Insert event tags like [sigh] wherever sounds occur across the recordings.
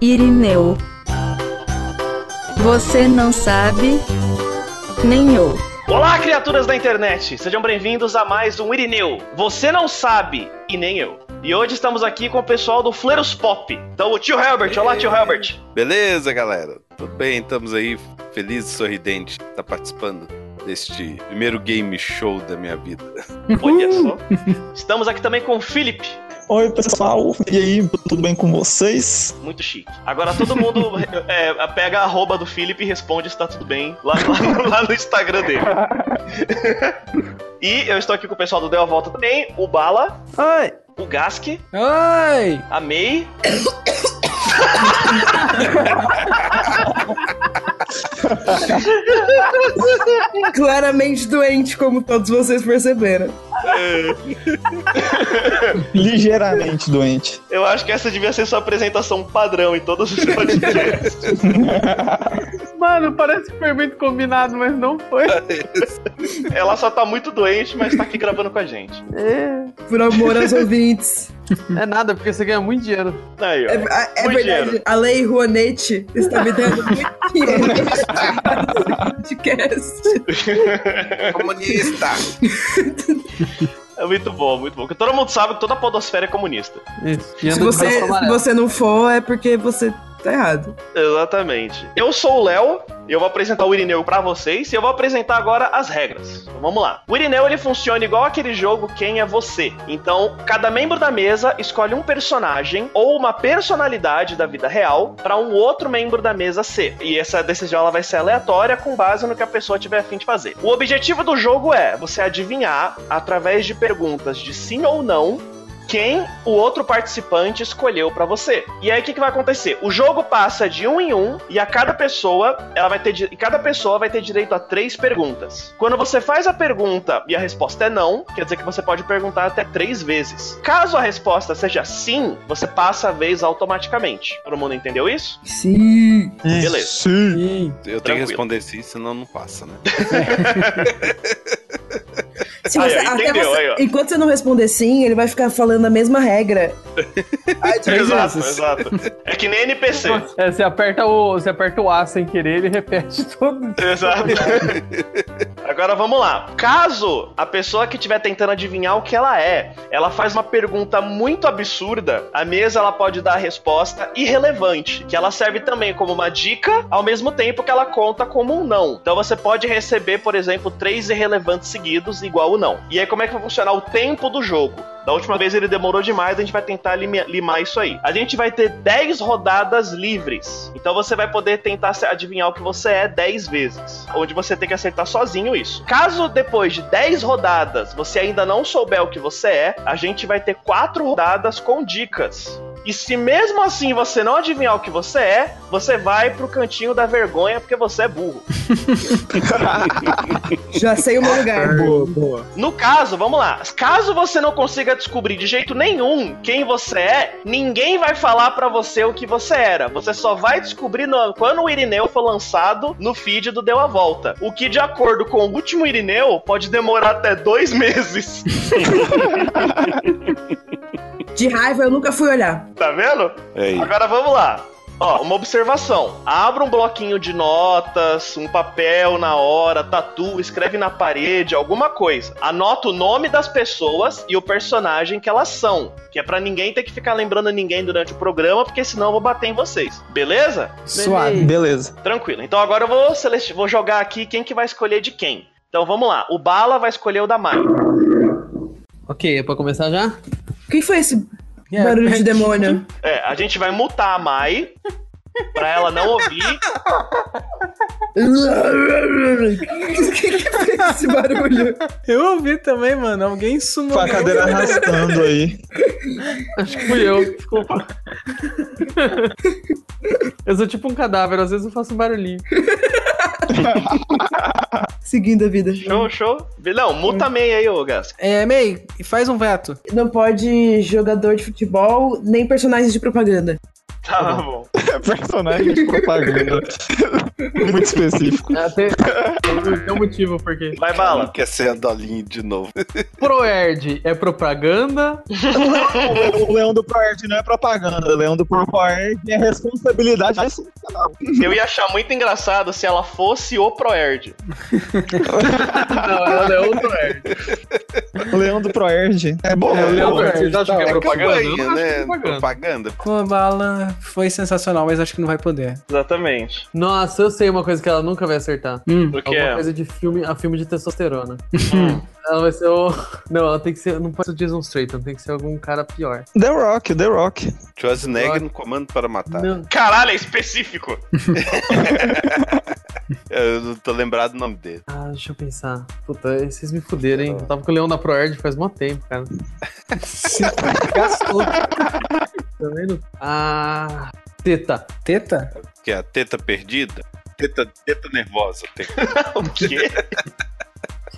Irineu. Você não sabe, nem eu. Olá, criaturas da internet! Sejam bem-vindos a mais um Irineu. Você não sabe, e nem eu. E hoje estamos aqui com o pessoal do Fleiros Pop. Então, o tio Herbert. Olá, tio Herbert. Beleza, galera? Tudo bem? Estamos aí felizes, sorridentes, tá participando deste primeiro game show da minha vida. Olha só. Estamos aqui também com o Felipe. Oi, pessoal. E aí, tudo bem com vocês? Muito chique. Agora todo [laughs] mundo é, pega a arroba do Felipe e responde se tá tudo bem lá, lá- [laughs] lá no Instagram dele. e eu estou aqui com o pessoal do Deu a Volta também, o Bala, Oi! o Gask, Oi! a May. Claramente doente, como todos vocês perceberam. Ligeiramente doente. Eu acho que essa devia ser sua apresentação padrão em todos os [laughs] podcasts. Mano, parece que foi muito combinado, mas não foi. Ela só tá muito doente, mas tá aqui gravando com a gente. É, Por [laughs] amor aos ouvintes. é nada, porque você ganha muito dinheiro. Aí, É, ó. é Muito verdade, dinheiro. a Lei Rouanet está me dando [laughs] muito dinheiro nesse podcast. Comunista! É muito bom, muito bom. Porque todo mundo sabe que toda podosfera é comunista. Isso, Se você, se você não for, é porque você tá errado. Exatamente. Eu sou o Léo, e eu vou apresentar o Irineu pra vocês, e eu vou apresentar agora as regras. Então, vamos lá. O Irineu, ele funciona igual aquele jogo Quem é Você. Então, cada membro da mesa escolhe um personagem ou uma personalidade da vida real pra um outro membro da mesa ser. E essa decisão, ela vai ser aleatória com base no que a pessoa tiver a fim de fazer. O objetivo do jogo é você adivinhar, através de perguntas de sim ou não, quem o outro participante escolheu pra você. E aí o que, que vai acontecer? O jogo passa de um em um e a cada pessoa, ela vai ter di- e cada pessoa vai ter direito a três perguntas. Quando você faz a pergunta e a resposta é não, quer dizer que você pode perguntar até três vezes. Caso a resposta seja sim, você passa a vez automaticamente. Todo mundo entendeu isso? Sim. Beleza. Sim. [laughs] Eu tenho que Tranquilo. responder sim, senão não passa, né? Se Aí, você, ó, até entendeu, você- aí, ó. enquanto você não responder sim, ele vai ficar falando a mesma regra. Ai, três Exato, vezes. exato. [laughs] É que nem NPC. É, você aperta o, você aperta o A sem querer, ele repete [laughs] tudo. Exato. Agora vamos lá. Caso a pessoa que estiver tentando adivinhar o que ela é, ela faz uma pergunta muito absurda, a mesa ela pode dar a resposta irrelevante, que ela serve também como uma dica, ao mesmo tempo que ela conta como um não. Então você pode receber, por exemplo, três irrelevantes seguidos igual o não. E aí como é que vai funcionar o tempo do jogo? Da última vez ele demorou demais, a gente vai tentar lime- limar isso aí. A gente vai ter 10 rodadas livres. Então você vai poder tentar se- adivinhar o que você é 10 vezes. Onde você tem que acertar sozinho isso. Caso depois de 10 rodadas você ainda não souber o que você é, a gente vai ter 4 rodadas com dicas. E se mesmo assim você não adivinhar o que você é, você vai pro cantinho da vergonha porque você é burro. Já sei [laughs] o meu lugar. Boa, boa. No caso, vamos lá. Caso você não consiga descobrir de jeito nenhum quem você é, ninguém vai falar pra você o que você era. Você só vai descobrir no- quando o Irineu for lançado no feed do Deu a Volta. O que, de acordo com o último Irineu, pode demorar até dois [laughs] meses. De raiva, eu nunca fui olhar. Tá vendo? É aí. Agora vamos lá. Ó, uma observação. Abra um bloquinho de notas, um papel na hora, tatu, escreve na parede, alguma coisa. Anota o nome das pessoas e o personagem que elas são. Que é pra ninguém ter que ficar lembrando ninguém durante o programa, porque senão eu vou bater em vocês. Beleza? Suave. Beleza. Tranquilo. Então agora eu vou, selec- vou jogar aqui quem que vai escolher de quem. Então vamos lá. O Bala vai escolher o da Mai. Ok, é pra começar já? Quem foi esse É, barulho de é- demônio? É, a gente vai mutar a Mai pra ela não ouvir. [laughs] O que que foi esse barulho? Eu ouvi também, mano. Alguém Com sumiu. a cadeira arrastando aí. Acho que fui eu, desculpa. [laughs] eu sou tipo um cadáver, às vezes eu faço um barulhinho. Seguindo a vida. Show, show. Não, muta a May aí, ô Gas. É, May, faz um veto. Não pode jogador de futebol, nem personagens de propaganda. Tá bom. É Personagem de propaganda. Muito específico. É, tem, tem, tem um motivo por quê. Vai bala. Quer é ser a Dolinha de novo. Proerd é propaganda. O leão do PowerPoint não é propaganda. O leão do PowerPoint é responsabilidade. Eu ia achar muito engraçado se ela fosse o Proerd. Não, ela é outro Erd. O leão do ProErd é bom. É, o leão do Proerd. Erd. Vocês acham que é É propaganda? Eu campanha, não acho né? propaganda. Propaganda. Pô, bala foi sensacional, mas acho que não vai poder. Exatamente. Nossa, eu sei uma coisa que ela nunca vai acertar. Hum, O que Alguma é? coisa de filme, a filme de testosterona. Hum. ela vai ser o. [laughs] Não, ela tem que ser. Não pode ser o Jason Statham, tem que ser algum cara pior. The Rock, The Rock. Schwarzenegger no comando para matar. Não. Caralho, é [laughs] específico. Eu não tô lembrado o nome dele. Ah, deixa eu pensar. Puta, vocês me fuderam, Tá. hein? Eu tava com o Leão da ProErd faz mó tempo, cara. Se gastou. Tá vendo? Ah. Teta. Teta? Que é a teta perdida. Teta, teta nervosa. Teta. o quê?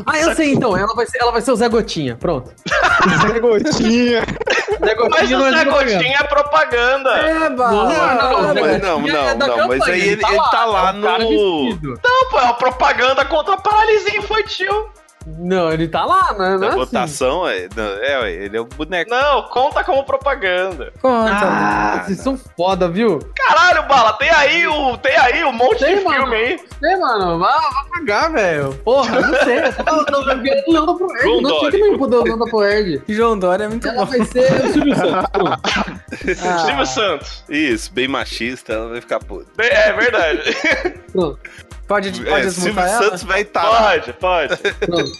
Ah, eu sei então. Ela vai ser, ela vai ser o Zé Gotinha. Pronto. Zé Gotinha. Zé Gotinha Mas o não é Zé de propaganda. Gotinha é propaganda. É, Não, Não, bala. não, mas não, é da não, não, campanha, mas aí ele, ele tá lá, é um cara no. vestido. Não, pô, é uma propaganda contra a paralisia infantil. Não, ele tá lá, né? Não Na é assim. votação, é, não, é, ué, ele é o boneco. Não, conta como propaganda. Conta. Ah, vocês são foda, viu? Caralho, bala, tem aí o, tem aí um monte Tem, de mano. filme aí. Sei, mano, vai, vai cagar, velho. Porra, não sei. Eu tava- eu tava jogando o Leandro pro Erd. Não sei que não ia poder o Leandro pro Erd. João Dória é muito Ela bom. vai ser o Silvio Santos. pronto. Ah. Silvio Santos. Isso, bem machista, ela vai ficar puta. É verdade. Pronto, Pode, pode É, Silvio desmontar ela? Santos vai tá estar. pode, pode. pronto.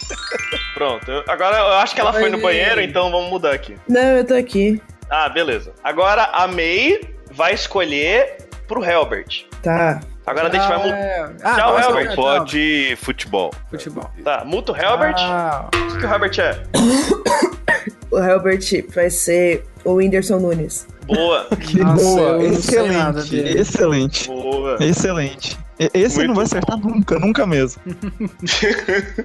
Pronto. eu- agora eu acho que ela foi no banheiro, então vamos mudar aqui. Não, eu tô aqui. Ah, beleza. Agora a May vai escolher pro Helbert. Tá. Agora a gente vai mudar. Ah, Tchau, tá, Helbert. tá, Não pode futebol. tá. Futebol. Tá, muta o Helbert. Ah, O que que o Helbert é? O Albert vai ser o Whindersson Nunes. [laughs] Boa, Que Nossa, eu boa. não sei nada Excelente. dele. Excelente. boa. Excelente. E- Esse Muito não vai acertar nunca, nunca mesmo.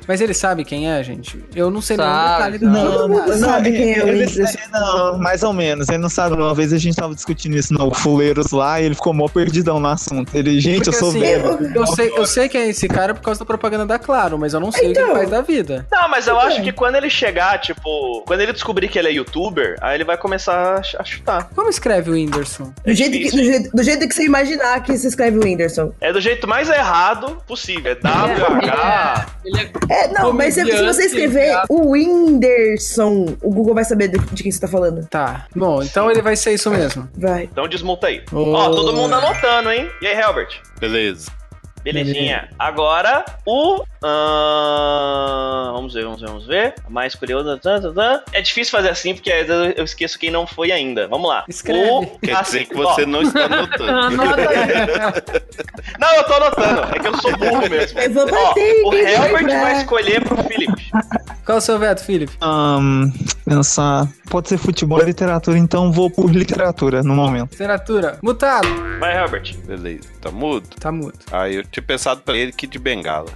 Mas ele sabe quem é, gente? Eu não sei Sabe, nenhum detalhe do sabe. jogo. né? mundo sabe ele- quem é o ele- Whindersson. ele- Não, mais ou menos. Ele não sabe. Uma vez a gente tava discutindo isso no Fuleiros lá e ele ficou mó perdidão no assunto. Ele, gente, eu Porque, sou assim, velho. Eu sei, eu sei que é esse cara por causa da propaganda da Claro, mas eu não sei o que Então. ele faz da vida. Não, mas eu acho que quando ele chegar, tipo, quando ele descobrir que ele é youtuber, aí ele vai começar a ch- a chutar. Como escreve o Whindersson? É Do jeito, que, do, jeito, do jeito que você imaginar que se escreve o Whindersson. É do jeito mais errado possível. É WH. É, não, mas se, se você Comediante, escrever o Whindersson, o Google vai saber do- de quem você tá falando. Tá. Bom, então ele vai ser isso [laughs] mesmo. Vai. Então desmonta aí. Oh. Ó, todo mundo anotando, hein? E aí, Helbert? Beleza. Belezinha. Agora o. ahn, vamos ver, vamos ver, vamos ver. A Mais curioso. tã, tã, tã. É difícil fazer assim, porque às vezes eu esqueço quem não foi ainda. Vamos lá. Escreve. O- Quer dizer Assim, que você ó. não está [laughs] anotando. não... eu tô anotando. É que eu sou burro [laughs] mesmo. Eu É, vou Ó, bater, o quem vai Helbert pra- vai escolher pro Felipe. Qual é o seu veto, Felipe? Ahn, pensar. Pode ser futebol e literatura, então vou por literatura no momento. Literatura. Mutado. Vai, Helbert. Beleza. Tá mudo? Tá mudo. Ah, eu tinha pensado pra ele que de bengala.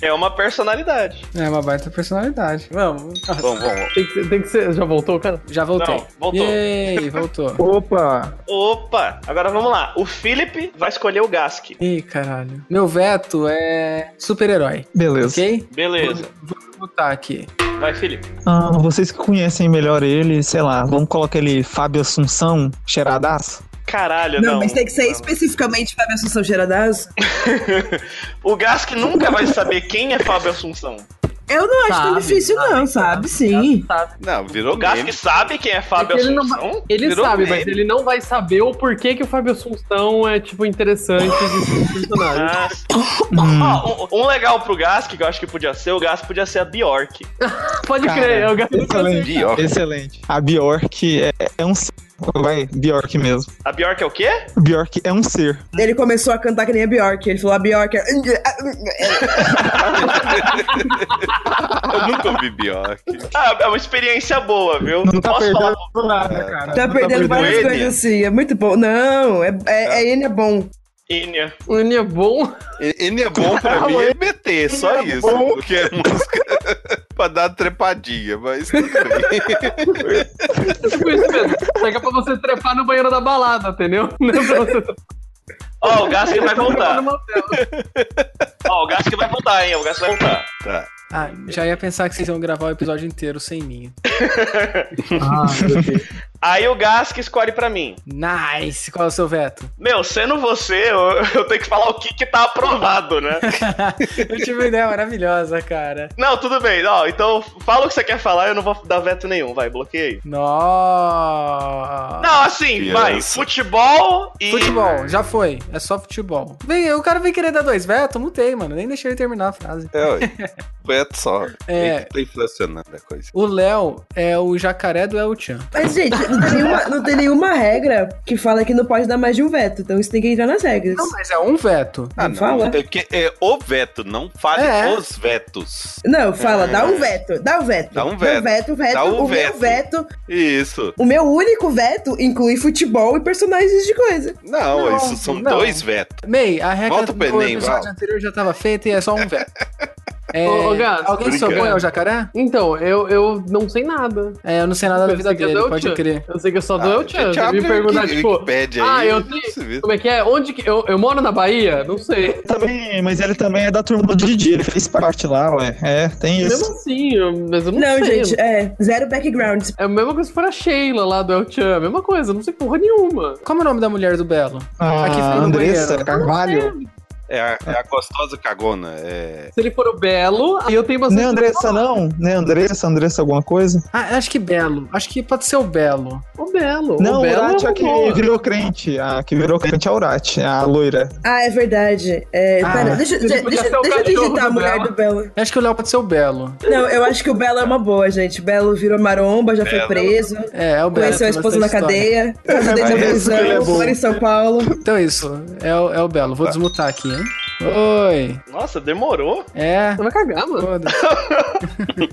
É uma personalidade. É uma baita personalidade. Vamos. Bom, bom, bom. Tem que, ser- tem que ser. Já voltou, cara? Já voltei. Não, voltou. Yay, [laughs] voltou. Opa! Opa! Agora vamos lá. O Felipe vai escolher o Gask. Ih, caralho. Meu veto é super-herói, Beleza. ok? Beleza. Vou botar aqui. Vai, Felipe. Ah, vocês que conhecem melhor ele, sei lá, vamos colocar ele Fábio Assunção, cheiradaço? Caralho, não. Não, mas tem que ser não. especificamente Fábio Assunção Geradazo. O Gask nunca vai saber quem é Fábio Assunção. Eu não acho tão Sabe, difícil, não, sabe? Sim. Não, virou O Gask meme. sabe quem é Fábio É que ele não Assunção? Ele Virou sabe, meme. mas ele não vai saber o porquê que o Fábio Assunção é, tipo, interessante de ser funcionário. [laughs] Ah, Hum. ó, um, um legal pro Gask, que eu acho que podia ser, o Gask podia ser a Bjork. Ah, Pode Cara, crer, é eu gasto [laughs] Excelente. Pior. Excelente. A Bjork é, é um ser. Vai, Bjork mesmo. A Bjork é o quê? Bjork é um ser. Ele começou a cantar que nem a Bjork. Ele falou a Bjork. é- Eu nunca ouvi Bjork. Ah, é uma experiência boa, viu? Não tá Posso falar? perdendo nada, cara. Tá Não perdendo várias N. coisas assim. É muito bom. Não, é, Tá. é, é N é bom. Enya. Ele é bom. [laughs] Ele é bom pra mim é BT, só isso. Porque é música. [laughs] pra dar uma trepadinha, mas tudo bem. Tipo isso mesmo. Pega pra você trepar no banheiro da balada, entendeu? Não é pra você trepar Ó, o Gasque vai voltar. no motel. Ó, o Gasque vai voltar, hein? O Gasque vai voltar. Tá. Ah, já ia pensar que vocês iam gravar o episódio inteiro sem mim. Ah, meu Deus. Aí o Gasque escolhe pra mim. Nice! Qual é o seu veto? Meu, sendo você, eu, eu tenho que falar o que que tá aprovado, né? eu tive uma ideia maravilhosa, cara. Não, tudo bem. Não, então fala o que você quer falar, eu não vou dar veto nenhum. Vai, bloqueei. Nossa! Não, assim, vai. criança. Futebol e. Futebol, já foi. É só futebol. Vem, o cara vem querer dar dois veto, mutei, mano. Nem deixei ele terminar a frase. [laughs] É, ué. Poeta só. É. Tem que tá inflacionando a coisa. O Léo é o jacaré do El Chan. Mas, gente, não tem, nenhuma, não tem nenhuma regra que fala que não pode dar mais de um veto. Então isso tem que entrar nas regras. Não, mas é um veto. Ah, fala? É porque é o veto, não fale É. os vetos. Não, fala, dá um veto, dá um veto. É. Dá um veto, veto, veto, dá um o veto. meu veto. Isso. O meu único veto inclui futebol e personagens de coisa. Não, Não, isso são não. dois vetos. Mei, a regra Volta do pro Enem, episódio Val. anterior já tava feita e é só um [laughs] veto. É, Ô, ô, Gas, alguém se brincando. opõe ao jacaré? Então, eu, eu não sei nada. É, eu não sei nada da Eu vida sei que é dele, do El pode Chan. crer. Eu sei é que eu só dou Ah, eu chance. gente, abre Me o perguntar, Wiki- tipo, Wikipedia ah, aí, eu não se vê. tenho. Como é que é? Onde que. Eu, eu moro na Bahia? Não sei. Também, mas ele também é da turma do Didi, ele fez parte lá, ué. É, tem isso. Mesmo assim, eu- mas eu não, Não, sei. gente, é zero background. É a mesma coisa que for a Sheila lá do El Chan, mesma coisa, não sei porra nenhuma. Como é o nome da mulher do Belo? Ah, Aqui fica no Andressa banheiro. Carvalho. É a, é a gostosa cagona. É... Se ele for o Belo, aí eu tenho bastante. Não é Andressa, não? Não é Andressa, Andressa alguma coisa? Ah, acho que Belo. Acho que pode ser o Belo. O Belo. Não, o Belo Urati, é a uma que boa. virou crente. A que virou crente é a Urati, a loira. Ah, é verdade. É, Ah, pera, deixa, ele deixa, podia deixa, ser o deixa eu cachorro digitar a do mulher Belo. do Belo. Acho que o Léo pode ser o Belo. Não, eu acho que o Belo é uma boa, gente. Belo virou maromba, já foi Belo. preso. É, é o Belo. Conheceu a tem esposa na bastante cadeia, história. presidente da Parece que ele é prisão, bom. mora em São Paulo. Então é isso. É o, é o Belo. Tá. Vou desmutar aqui, hein? Oi. Nossa, demorou. É. Você vai cagar, mano. Foda-se.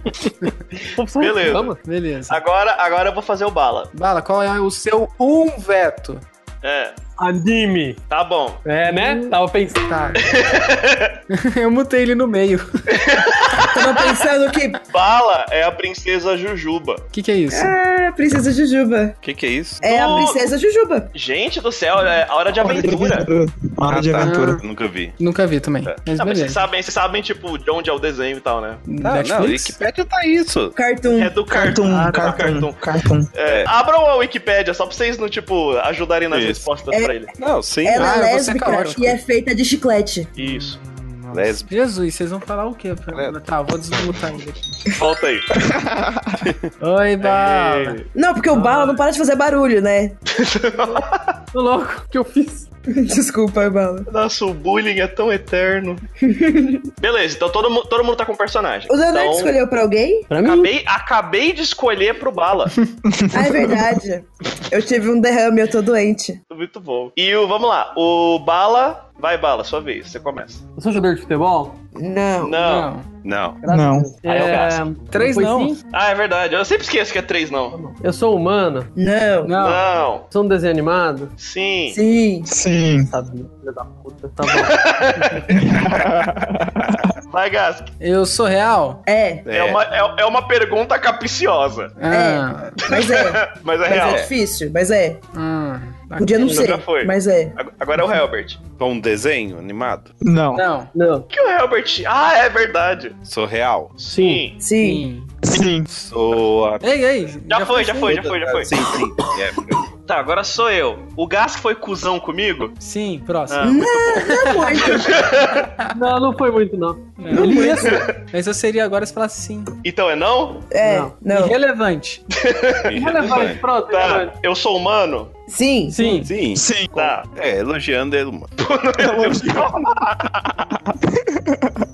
Beleza. Calma. Beleza. Agora, agora eu vou fazer o bala. Bala, qual é o seu um veto? [laughs] É, Anime. tá bom. É, né? Tava pensando. Tá. Eu mutei ele no meio. Tava pensando que. Bala é a princesa Jujuba. O que, que é isso? Ah, princesa Jujuba. O que, que é isso? É a Oh. princesa Jujuba. Gente do céu, é a hora de aventura. Hora de Ah, tá. aventura. Nunca vi. Nunca vi também. É. Mas Não, mas vocês beleza. sabem, vocês sabem, tipo, de onde é o desenho e tal, né? Não, não, Netflix? Wikipedia tá isso. Cartoon. É do Cartoon, cartoon. Ah, tá, cartoon, cartoon. É, abram a Wikipédia só pra vocês não, tipo, ajudarem nas Isso. respostas É- pra ele. Não, sim. Ela é Ah, eu vou ser lésbica caótico. e é feita de chiclete. Isso. Lésbica. Jesus, vocês vão falar o quê? pra- Credo. Tá, vou desmutar ele aqui. Volta aí. Oi, É. Bala. Ei. Não, porque o Bala não para de fazer barulho, né? [laughs] Tô louco que eu fiz. Desculpa, Bala. Nossa, o bullying é tão [laughs] eterno. Beleza, então todo, mu- todo mundo tá com personagem. O é Leonardo então, escolheu pra alguém? Pra mim. Acabei, acabei de escolher pro [laughs] Bala. Ah, é verdade. Eu tive um derrame, eu tô doente. Muito bom. E o, vamos lá, o Bala. Vai, Bala, sua vez, você começa. Eu sou jogador de futebol? Não. Não. Não. Não. é Aí eu Três foi não. sim? Ah, é verdade. Eu sempre esqueço que é três, não. Eu sou humano? Não. Não. Não. Sou um desenho animado? Sim. Sim. Sim. Sabia, filha da puta. Tá bom. [laughs] Vai, Gask. Eu sou real? É, É. uma, é, é uma pergunta capiciosa, [laughs] Ah, mas é. mas é Mas real. é difícil, mas é. ah, Podia não ok. ser, Nunca foi. mas é. Ag- Agora é o Helbert. Sou um desenho animado? Não. Não. Não. Que o Helbert. Ah, é verdade. Sou real? Sim. Sim. Sim. Sim. Sou a... Ei, ei. Já foi, já foi, já foi, já foi. Sim, sim. [laughs] É, porque- Tá, agora sou eu. O Gask foi cuzão comigo? Sim, Ah, próximo. muito Não Tá muito. Não, não foi muito, É. não. Não, Ele ia ser. Mas eu seria agora se falasse sim. bom. Então é não? É, Não. não. Irrelevante. Relevante, pronto, Tá. relevante. Eu sou humano? Sim. Sim. [laughs] Sim. Sim. Tá. É, elogiando ele, mano.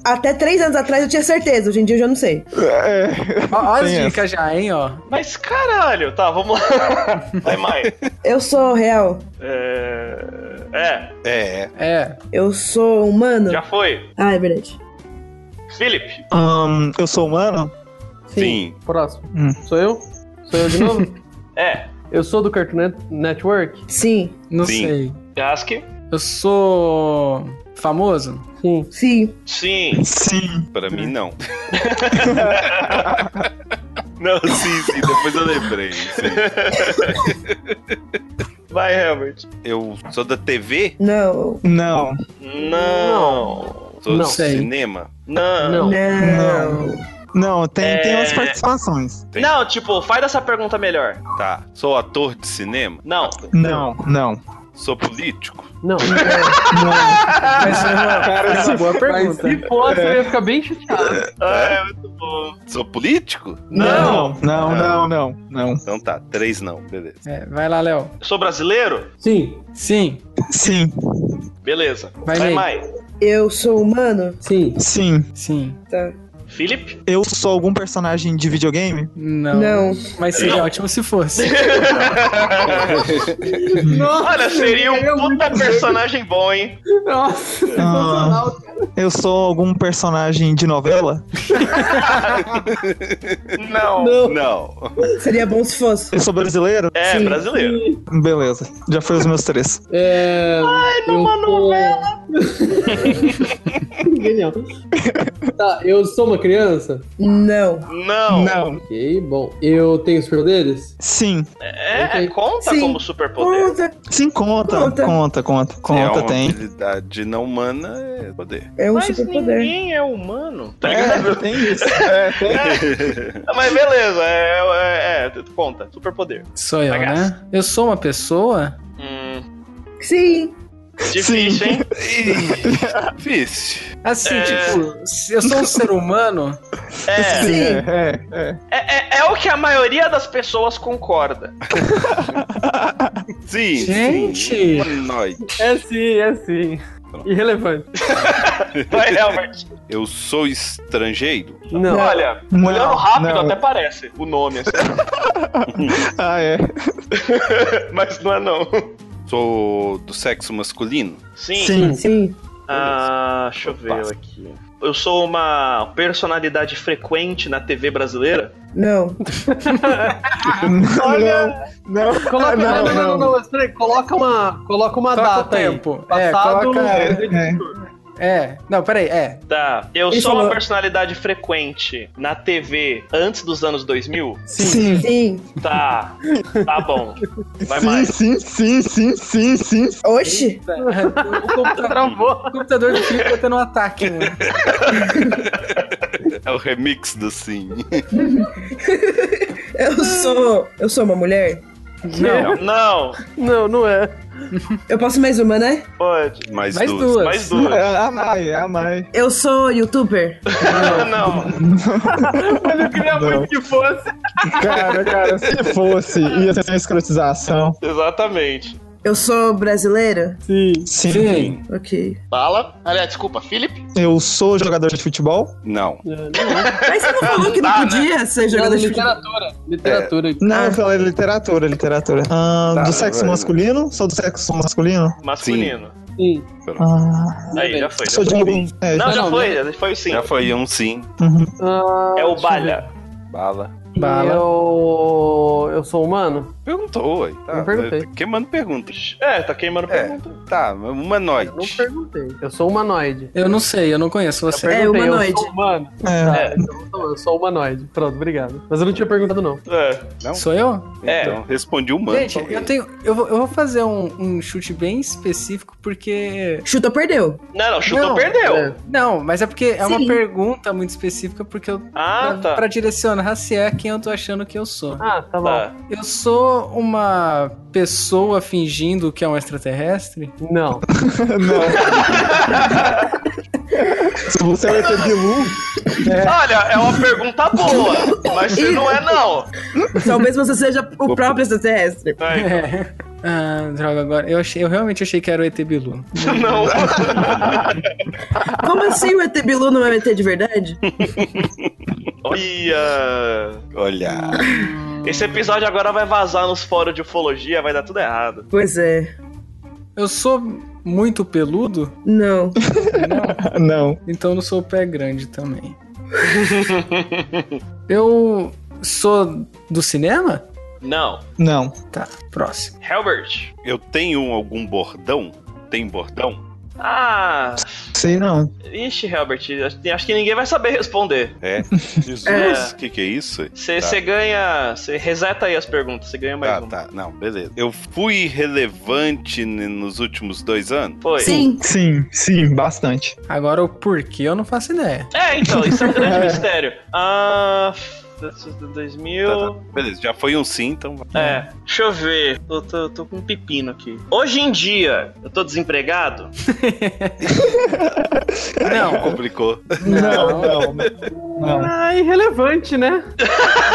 Até três anos atrás eu tinha certeza, hoje em dia eu já não sei. É. Ó, ó as Tem essa. dicas já, hein, ó. Mas caralho. Tá, vamos [laughs] lá. Vai, Mai. Eu sou real. É... é. É, é. É. Eu sou humano. Já foi. Ah, é verdade. Felipe. Ahn, Um, eu sou humano? Sim. Próximo. Hum. Sou eu? Sou eu de novo? É. eu sou do Cartoon Net- Network? Sim. Não Sim. sei. Gask. Eu sou famoso? Sim. Sim. Sim. Sim. Pra [laughs] mim, não. não, sim, sim, depois eu lembrei. sim. Vai, Helmut. Eu sou da TV, Não. Não. Não. sou Não. do Sei. cinema. Não. Não. Não. Não. Não, tem, tem É. umas participações. tipo, faz essa pergunta melhor. Tá. Sou ator de cinema? Não. Não, não. Sou político? Não. Não. Mas, Cara, mas- essa é uma boa mas- pergunta. Se fosse, eu ia ficar bem chateado. É, muito bom. Sou político? Não. Não, não, não, não. Então tá, três não, beleza. É, vai lá, Léo. Sou brasileiro? Sim, Sim. Sim, Beleza. Vai, Ney. mais. Eu sou humano? sim. sim. Sim. Tá. Felipe? Eu sou algum personagem de videogame? Não. Não. Mas seria Não. ótimo se fosse. [laughs] Olha, seria eu- um puta personagem bom, hein? Nossa, Ah, sensacional. eu sou algum personagem de novela? Não. Não. Seria bom se fosse. Eu sou brasileiro? É, Sim. brasileiro. Beleza, já foi os meus três. É, Ai, numa novela. Genial. [laughs] Tá, eu sou uma criança? Não. Não. Ok, bom. Eu tenho superpoderes? Sim. É, Ok. conta Sim. como superpoder. Conta. Sim, conta. Conta. Conta, conta, conta. é uma tem. habilidade não humana é poder. É um Mas superpoder. ninguém é humano. [laughs] Tá ligado? É, tem isso. É, tem. Mas beleza, é, é, é, conta. Superpoder. Sou eu, Bagaço. né? Eu sou uma pessoa? Hum, Sim. difícil, hein? Ih, [laughs] Difícil. Assim, É. tipo, se eu sou um ser humano? É, Sim, Sim. é, é. é, é, é o que a maioria das pessoas concorda. Sim, Gente. sim. Boa noite. É sim, é sim. Irrelevante. Vai, Helbert. Eu sou estrangeiro? Não. Olha, Não, olhando é um rápido não. até parece o nome, assim. Ah, é. [laughs] mas não é não. Sou do sexo masculino? Sim. Sim. Sim. Ah, deixa eu ver aqui. Eu sou uma personalidade frequente na TV brasileira? Não. Ah, Olha. Não, não, Coloca, não, não, não. mas peraí, coloca uma, coloca uma Coloca o data aí. tempo. É, Passado, coloca- É, é. É. Não, peraí, é. Tá. Eu Ele sou uma falou- personalidade frequente na TV antes dos anos 2000? Sim. Sim. Tá. Tá bom. Vai Sim, mais. sim, sim, sim, sim, sim. Oxi. O computador, Travou. o computador do Felipe tá tendo um ataque, mano. É o remix do sim. Eu sou. Eu sou uma mulher? Não. Não. Não, não é. Eu posso mais uma, né? Pode. Mais, Mais duas. duas. Mais É, duas. a Mai, é a Mai. Eu sou youtuber? [laughs] Não. Mas eu queria muito É que fosse. Cara, cara, se fosse, ia ser uma escrotização. Exatamente. Eu sou brasileira? Sim. Sim. Sim. Ok. Fala. Aliás, desculpa, Felipe? Eu sou jogador de futebol? Não. Mas você não falou que não Dá, né? podia ser jogador Não, de futebol? literatura. Literatura. Não, Ah. eu falei literatura, literatura. Ah, Tá, do sexo vai, vai. masculino? Sou do sexo masculino? Masculino. Sim. Ah, Aí, já foi. Já sou foi. de algum. É, Não, Não, já não, foi. Já foi sim. Já foi um sim. uhum. Ah, É o deixa eu ver. Balha. Bala. Bala. Eu... eu sou humano? Perguntou, aí. Tá, Não perguntei. Queimando perguntas. É, tá queimando É. pergunta. Tá, uma Eu não noite. perguntei. Eu sou humanoide. Eu não sei, eu não conheço você. É, Perguntei, Eu humanoide. sou humano. É, É, então eu sou- eu sou humanoide. Pronto, obrigado. Mas eu não tinha perguntado, não. É. Não? Sou eu? É. Então, respondi humano. Gente, eu tenho. Eu vou, eu vou fazer um, um chute bem específico, porque. Chuta, perdeu. Não, não, chutou, Não. perdeu. É. Não, mas é porque é uma Sim. pergunta muito específica, porque eu. Ah, pra, tá. pra direcionar se é quem eu tô achando que eu sou. Ah, tá bom. Tá. Eu sou uma pessoa fingindo que é um extraterrestre? [laughs] Não. não. Se você vai ter Bilu, Olha, é uma pergunta boa, mas você não é, não. Talvez você seja o próprio extraterrestre. É, então. Ah, droga, agora. Eu, achei, eu realmente achei que era o ET Bilu. [laughs] Não. Como assim o ET Bilu não é um ET de verdade? Olha. Olha. Esse episódio agora vai vazar nos fóruns de ufologia, vai dar tudo errado. Pois é. Eu sou muito peludo, Não. não. então eu não sou pé grande também. [laughs] eu sou do cinema? Não. Não. Tá, próximo. Helbert. Eu tenho algum bordão? tem bordão? Ah, Sei não. ixi, Herbert, acho- acho que ninguém vai saber responder. É. Jesus, o que, que é isso? Você Tá. você ganha. Você reseta aí as perguntas, você ganha mais Tá, uma. tá. Não, beleza. Eu fui relevante n- nos últimos dois anos? Foi. Sim. Sim, sim, bastante. Agora o porquê eu não faço ideia. É, então, isso é um grande mistério. Ah. f- 2000. Tá, tá. Beleza, já foi um sim, então. vai. É, deixa eu ver. Tô, tô- tô com um pepino aqui. Hoje em dia, eu tô desempregado? [laughs] Aí Não. Complicou. Não. não. não. Ah, irrelevante, né?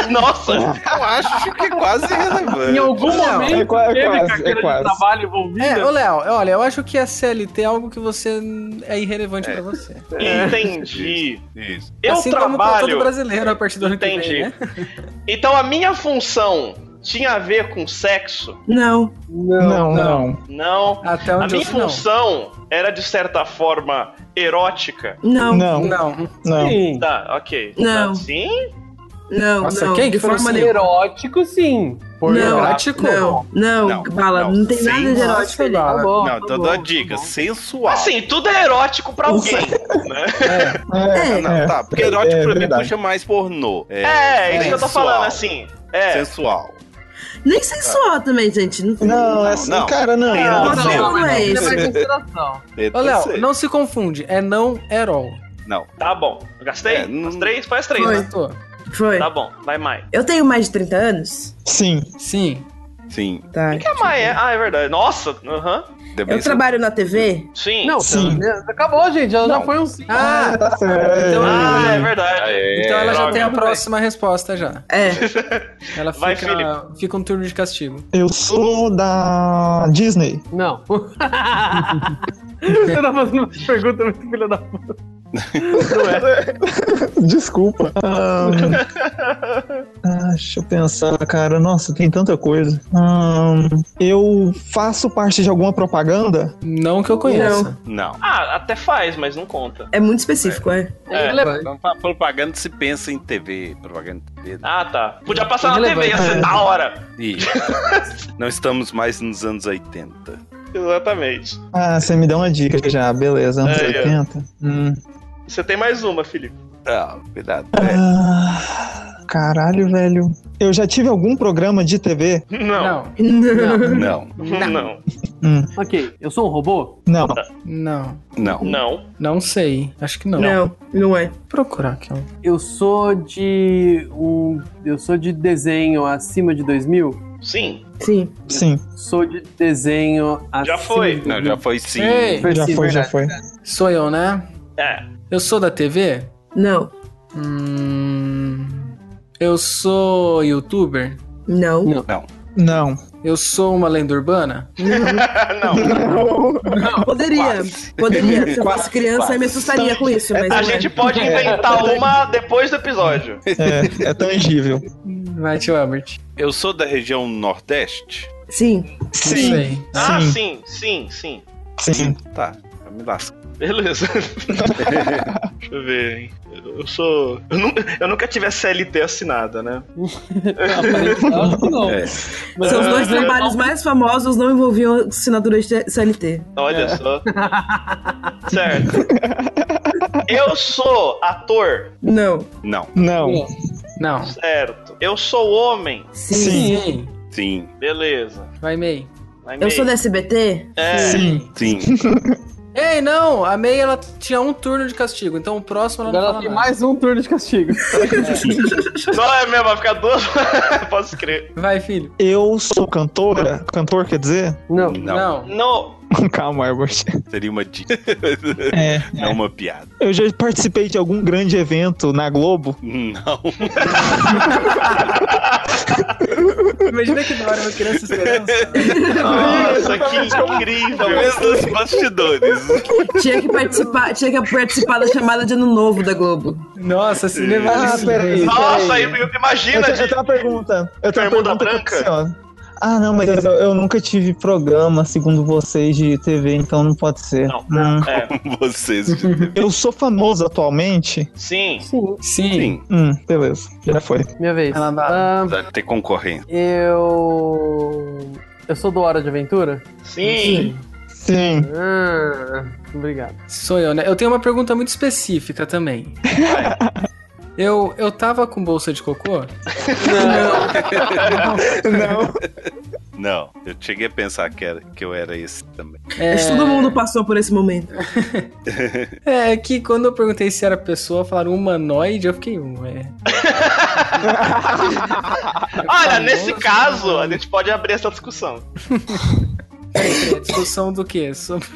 Nossa! [laughs] Eu acho que é quase relevante. Em algum Não, momento é qua- é teve quase, carteira é de quase. trabalho envolvida. É, ô Léo, olha, eu acho que a CLT é algo que você é irrelevante pra você. Entendi. Isso. Eu assim como pra todo trabalho. brasileiro a partir do ano que vem, Entendi. né? Então a minha função tinha a ver com sexo? Não. Não, não. Não. Até A onde minha eu sei, não. função era de certa forma erótica? Não. Não. Não, Não. não. Sim. Tá, ok. Não. Tá, sim? Não. Nossa, quem De que falou forma assim? nenhuma. Erótico, sim. Por Não. Erótico? Não. Não, Não, Bala. Não, não. tem Sem nada de erótico. Nossa, ali. Tá bala. bom, Não, tá tô bom, dando tá dica. bom. Sensual. Assim, tudo é erótico pra alguém. né? É, É, É. Não, é. tá, porque erótico pra mim verdade. puxa mais pornô. É, É, isso que eu tô sensual. falando, assim. É. Sensual. Nem sensual também, gente. Não, Não, é Não. cara, não. Não, não. Nossa, não, não, é Isso esse. é mais consideração. Ô, Léo, não se confunde. É não erol. É, Não. Tá bom. Eu Gastei? É, não- As três? Faz três, Foi. né? Matou? Foi. Tá bom, vai mais. Eu tenho mais de 30 anos? Sim. Sim. Sim. Tá. O que é mais? É? Ah, é verdade. Nossa, aham. Ainda bem Eu que- é trabalho na TV? Sim. Não, Sim. tá- acabou, gente. Ela já Não. foi um sim. Ah, tá certo. então- Ah, é verdade. Aê. então ela já droga. tem a próxima resposta já. É. Ela Vai, fica, fica um turno de castigo. Eu sou da Disney. Não. Você tá fazendo uma pergunta muito filha da puta. Desculpa. [laughs] Ahn, ah, deixa eu pensar, cara. Nossa, tem tanta coisa. Ahn, eu faço parte de alguma propaganda? Não que eu conheça. Não. Ah, até faz, mas não conta. É muito específico, é. É. Irrelevante. Então, pra propaganda se pensa em TV. Propaganda né? em TV. Ah, tá. Podia passar na Irrelevante. TV, ia [laughs] ser da hora. E não estamos mais nos anos 80. Exatamente. Ah, você me dá uma dica já, beleza. Anos É, é. 80? Hum. Você tem mais uma, Felipe. Ah, cuidado. É. Ah, caralho, velho. Eu já tive algum programa de TV? Não. Não. Não. É, Não, Não. Não. Hum, Ok, eu sou um robô? não. Não. não. Não sei. Acho que não. Não, não é. Vou procurar aqui. ó. Eu sou de um. Eu sou de desenho acima de 2000? Sim. Sim. Sim, Sou de desenho acima. Já foi. de Não, 2000. já foi sim. Ei, já Sim, foi, já verdade. foi. sou eu, né? É. [laughs] Eu sou da TV? Não. Hum. Eu sou youtuber? Não. Não. Não. Eu sou uma lenda urbana? não. Poderia. Poderia. Se eu fosse criança, eu me assustaria com isso, mas. A não é. gente pode inventar uma depois do episódio. É, é tangível. Vai, tio Albert. Eu sou da região Nordeste? Sim. Não Sim, sei. Ah, Sim. sim, sim, sim. sim. Tá, eu me lasco. [laughs] Beleza. Deixa eu ver, hein. Eu sou. Eu, nu- eu nunca tive a CLT assinada, né? Acho que não. É. Mas- Seus dois um, trabalhos mais famosos não envolviam assinatura de CLT. Olha só. certo. [laughs] Eu sou ator, Não. Não, Não. Não. certo. Eu sou homem, Sim. Sim. sim, beleza. Vai, May. Vai Eu meio. sou da SBT? É, Sim. sim. Ei, não! A May, ela tinha um turno de castigo, então o próximo ela não Agora fala tem nada. mais um turno de castigo. Não é mesmo, vai ficar duas. [laughs] Posso crer. Vai, filho. Eu sou cantora? Cantor quer dizer? [laughs] Não. Não, Não. Não. Calma, Herbert. seria uma dica, É. não uma piada. Eu já participei de algum grande evento na Globo. Não, Imagina que da hora uma criança esperança. Nossa, que incrível. talvez nos bastidores. Tinha que participar, [laughs] tinha que participar da chamada de ano novo da Globo. Nossa, se Ah, levar isso. peraí. Nossa, aí, Peraí. Eu, imagina. tenho- eu de- tenho uma pergunta. Eu tenho uma Bermuda pergunta branca? assim, ó. Ah, não, mas eu, eu nunca tive programa, segundo vocês, de TV, então não pode ser. Não. Hum. É, Vocês. Sim. Eu sou famoso atualmente? sim. Sim, né? Sim. Hum, beleza. Já foi. minha vez. Ela Ah, Deve ter concorrência. eu. Eu sou do Hora de Aventura? Sim. Sim. Ah, obrigado. Sou eu, né? Eu tenho uma pergunta muito específica também. Eu, eu tava com bolsa de cocô? Não. Não, eu cheguei a pensar que, era, que eu era esse também. É, Acho que todo mundo passou por esse momento. é que quando eu perguntei se era pessoa, falaram humanoide, eu fiquei. Ué. Olha, nesse caso, a gente pode abrir essa discussão. Peraí, peraí, é discussão do quê? Sobre-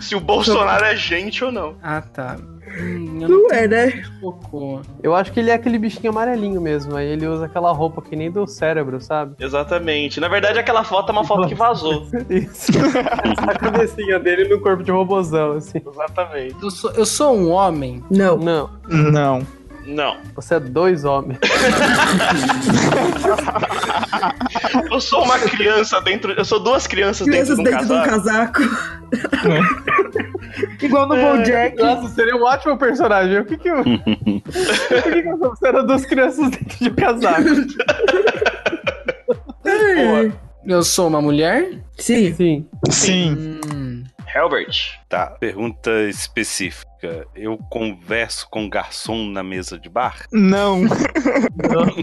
Se o Bolsonaro é gente ou não. Ah, tá. Hum, eu não Não é, né? tenho cocô. Eu acho que ele é aquele bichinho amarelinho mesmo. Aí ele usa aquela roupa que nem do cérebro, sabe? Exatamente. Na verdade, aquela foto é uma foto que vazou. [laughs] Isso. a cabecinha dele no corpo de robozão, assim. Exatamente. Eu sou, eu sou um homem? Não. Não, Não. Não. você é dois homens. Eu sou uma criança dentro. Eu sou duas crianças, Crianças dentro de um dentro de um casaco. casaco. [laughs] É. Igual no Bojack. Nossa, seria um ótimo personagem. O que que eu... Por que que eu sou? Você era duas crianças dentro de um casaco. Ai. Eu sou uma mulher? Sim. Sim. Sim. Hum. Helbert. Tá, pergunta específica. Eu converso com um garçom na mesa de bar? Não.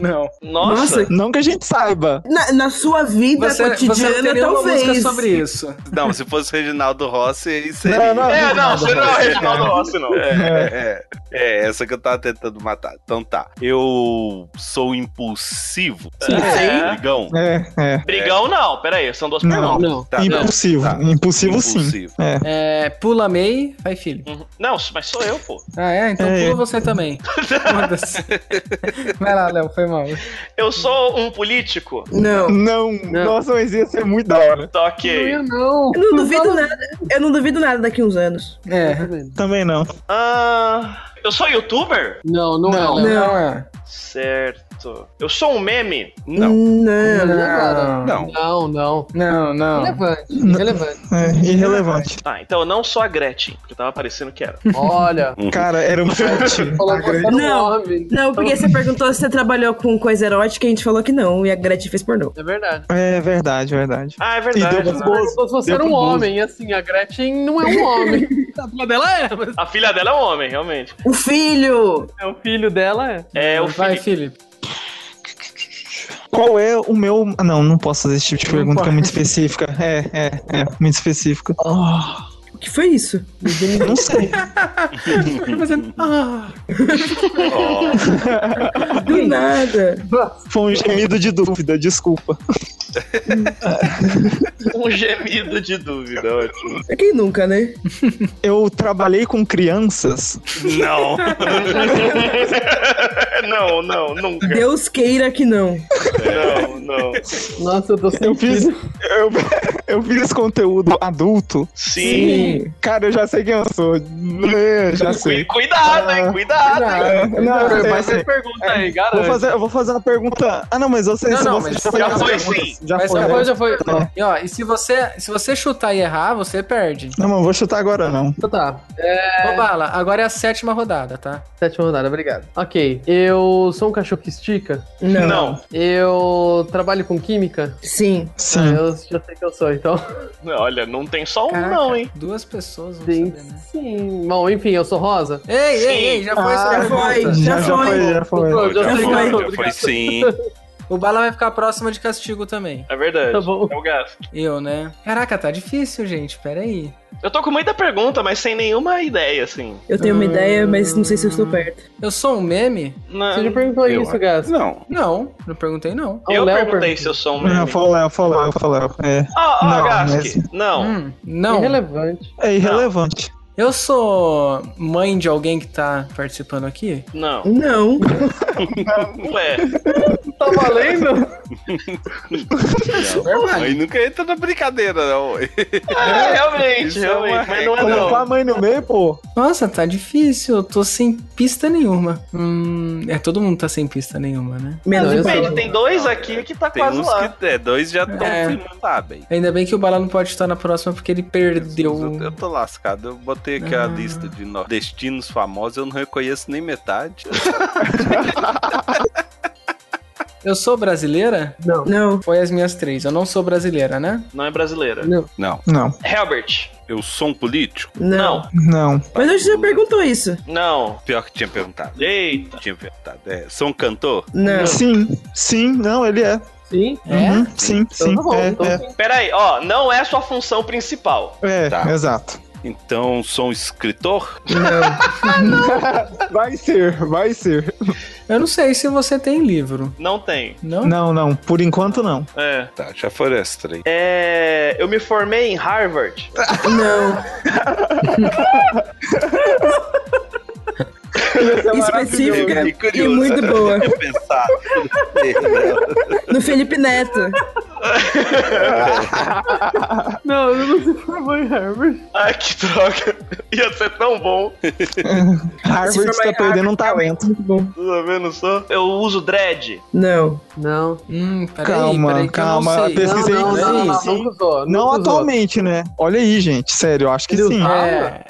Não. não. Nossa. Não que a gente saiba. Na, na sua Tá vida Você, você não cotidiana, teria uma música talvez. sobre isso. Não, se fosse Reginaldo Rossi, aí seria. não, É, não, você não é o Reginaldo Rossi, não. É, é, é, essa que eu tava tentando matar. Então tá. Eu sou impulsivo? Sim. É. Ligão? É, é. Brigão, não. Pera aí, são duas Não. perguntas. Não. Tá, Impulsivo. tá. Impulsivo sim. É. É, pula MEI, vai filho. Uhum. Não, mas sou eu, pô. Ah, é? Então É. pula você também. Foda-se. Vai lá, Léo, foi mal. Eu sou um político? Não. Não. Nossa, mas ia ser muito da hora. Tá ok. não. Eu não duvido nada. Eu não duvido nada daqui uns anos. É. Também não. Ah, eu sou youtuber? Não, não, Não, é. Léo. não é. Certo. Eu sou um meme? Não. Não. Não. Não, não. é. é Não, não. Relevante, Não. relevante. É, irrelevante. Ah, então eu não sou a Gretchen, porque tava parecendo que era. Olha, Cara, era um chat. falou que você era um Não. homem. Não, porque você perguntou se você trabalhou com coisa erótica e a gente falou que não. E a Gretchen fez pornô. É verdade. [laughs] É verdade, verdade. Ah, é E verdade. deu né? Pô, Só se você deu era um pro gosto. homem, assim, a Gretchen não é um homem. [laughs] A filha dela é, mas A filha dela é um homem, realmente. O filho! é o filho dela é. É, o Vai, Felipe. Felipe. Qual é o meu. Ah, não, não posso fazer esse tipo de Não pergunta que é pode. muito específica. É, é, é, muito específica. O que foi isso? Tá Não sei. Fazendo- Ah, Ó, Do nada. Foi um gemido de dúvida, desculpa. um gemido de dúvida, ótimo. [laughs] É quem nunca, né? Eu trabalhei com crianças. [laughs] Não. não, não, nunca. Deus queira que não. Não, não. Nossa, eu tô sem Eu fiz. Eu, eu fiz conteúdo adulto. Sim. Cara, eu já sei quem eu sou. É, Já sei. Cu- Cuidado, hein? Cuidado, hein? É, Não, eu sei, eu mas sei. você pergunta aí, Vou garante. fazer, eu vou fazer uma pergunta. Ah, não, mas eu sei Não, se não, você mas sabe já as foi, perguntas. sim. Já mas foi. já foi, né? já foi. Tá. E, ó, e se você, se você chutar e errar, você perde. Não, mas eu vou chutar agora não. Então tá. Ô, Bala, agora é a sétima rodada, tá? Sétima rodada, obrigado. Ok, eu sou um cachorro que estica. Não. Não. Eu trabalho com química. Sim. Ah, Sim. eu já sei que eu sou, então. Olha, não tem só um, Caraca, não, hein? Duas pessoas vão Sim. saber, né? Sim. Bom, enfim, eu sou rosa. Ei, ei, ei, já foi essa já foi. pergunta. Já, já foi. foi, já foi. Pronto, já Já sei que eu sou, foi, já foi obrigado. sim. O Bala vai ficar próximo de castigo também. É verdade. Tá bom. É o gasto. Eu, né? Caraca, tá difícil, gente. Pera aí. Eu tô com muita pergunta, mas sem nenhuma ideia, assim. Eu tenho uma ideia, mas não sei se eu estou perto. Eu sou um meme? Não. Você já perguntou Eu isso, Gas. Não. Não, não perguntei não. Ah, o Eu Léo perguntei perguntou. se eu sou um Não, meme. foi o Léo, foi o Léo, foi o Léo. É, Ó, ó, Não, Gask. Ah, Não. Hum, não. Irrelevante. é irrelevante. Eu sou mãe de alguém que tá participando aqui? [laughs] Não. é. Não. Ué. Tá valendo? não. Aí nunca entra na brincadeira, não. É, realmente, Isso é uma realmente. Mas não é regra. não. Colocar a Tá mãe no meio, pô. Nossa, tá difícil. Eu tô sem pista nenhuma. Hum, é, todo mundo tá sem pista nenhuma, né? Menos Não, eu um sei. Depende, pouco. tem dois aqui que tá Tem quase uns lá. que. É, dois já estão É. que não sabem. Ainda bem que o Bala não pode estar na próxima porque ele Eu, eu perdeu. um. tô lascado. Eu botei aqui a Ah. lista de nordestinos famosos, eu não reconheço nem metade. Eu sou brasileira? Não. Não. Foi as minhas três. Eu não sou brasileira, né? Não é brasileira. Não. Não. Não. Helbert. eu sou um político? Não. Não, Não. Mas a gente já perguntou isso. não. Pior que tinha perguntado. Eita. Tinha perguntado. É, sou um cantor? Não. Sim, sim, não, ele é. Sim? Uhum, sim, sim. tá bom, é, então é, sim. Pera aí, ó, não é sua função principal. é, Tá. exato. Então sou um escritor? Vai ser, vai ser. Eu não sei se você tem livro. Não tem. Não? Não, não, por enquanto não. É. Tá, já foram essas três. É, eu me formei em Harvard. Não. Específica Que e curioso. muito boa. Eu pensar. No Felipe Neto. Não, eu não se formou em Harvard. Ai, que droga. Ia ser tão bom. Se Harvard formar em está perdendo um Harvard, talento. Tá vendo só? Eu uso dread. Não. Não. Hum, peraí, Calma, peraí, que eu não calma, sei. Não, pesquisei. não, não, não, não, Sim. nunca usou, nunca Não usou. atualmente, né? Olha aí, gente, sério, eu acho que sim.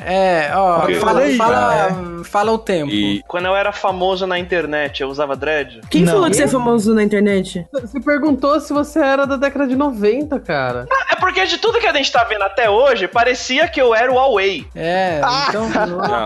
É, é, ó, Ok. Ah. fala, Fala aí, fala, fala o tempo. [laughs] E Quando eu era famoso na internet, eu usava dread? Quem Não. falou que você é famoso na internet? Você perguntou se você era da década de 90, cara. É porque de tudo que a gente tá vendo até hoje, parecia que eu era o Huawei. É, então.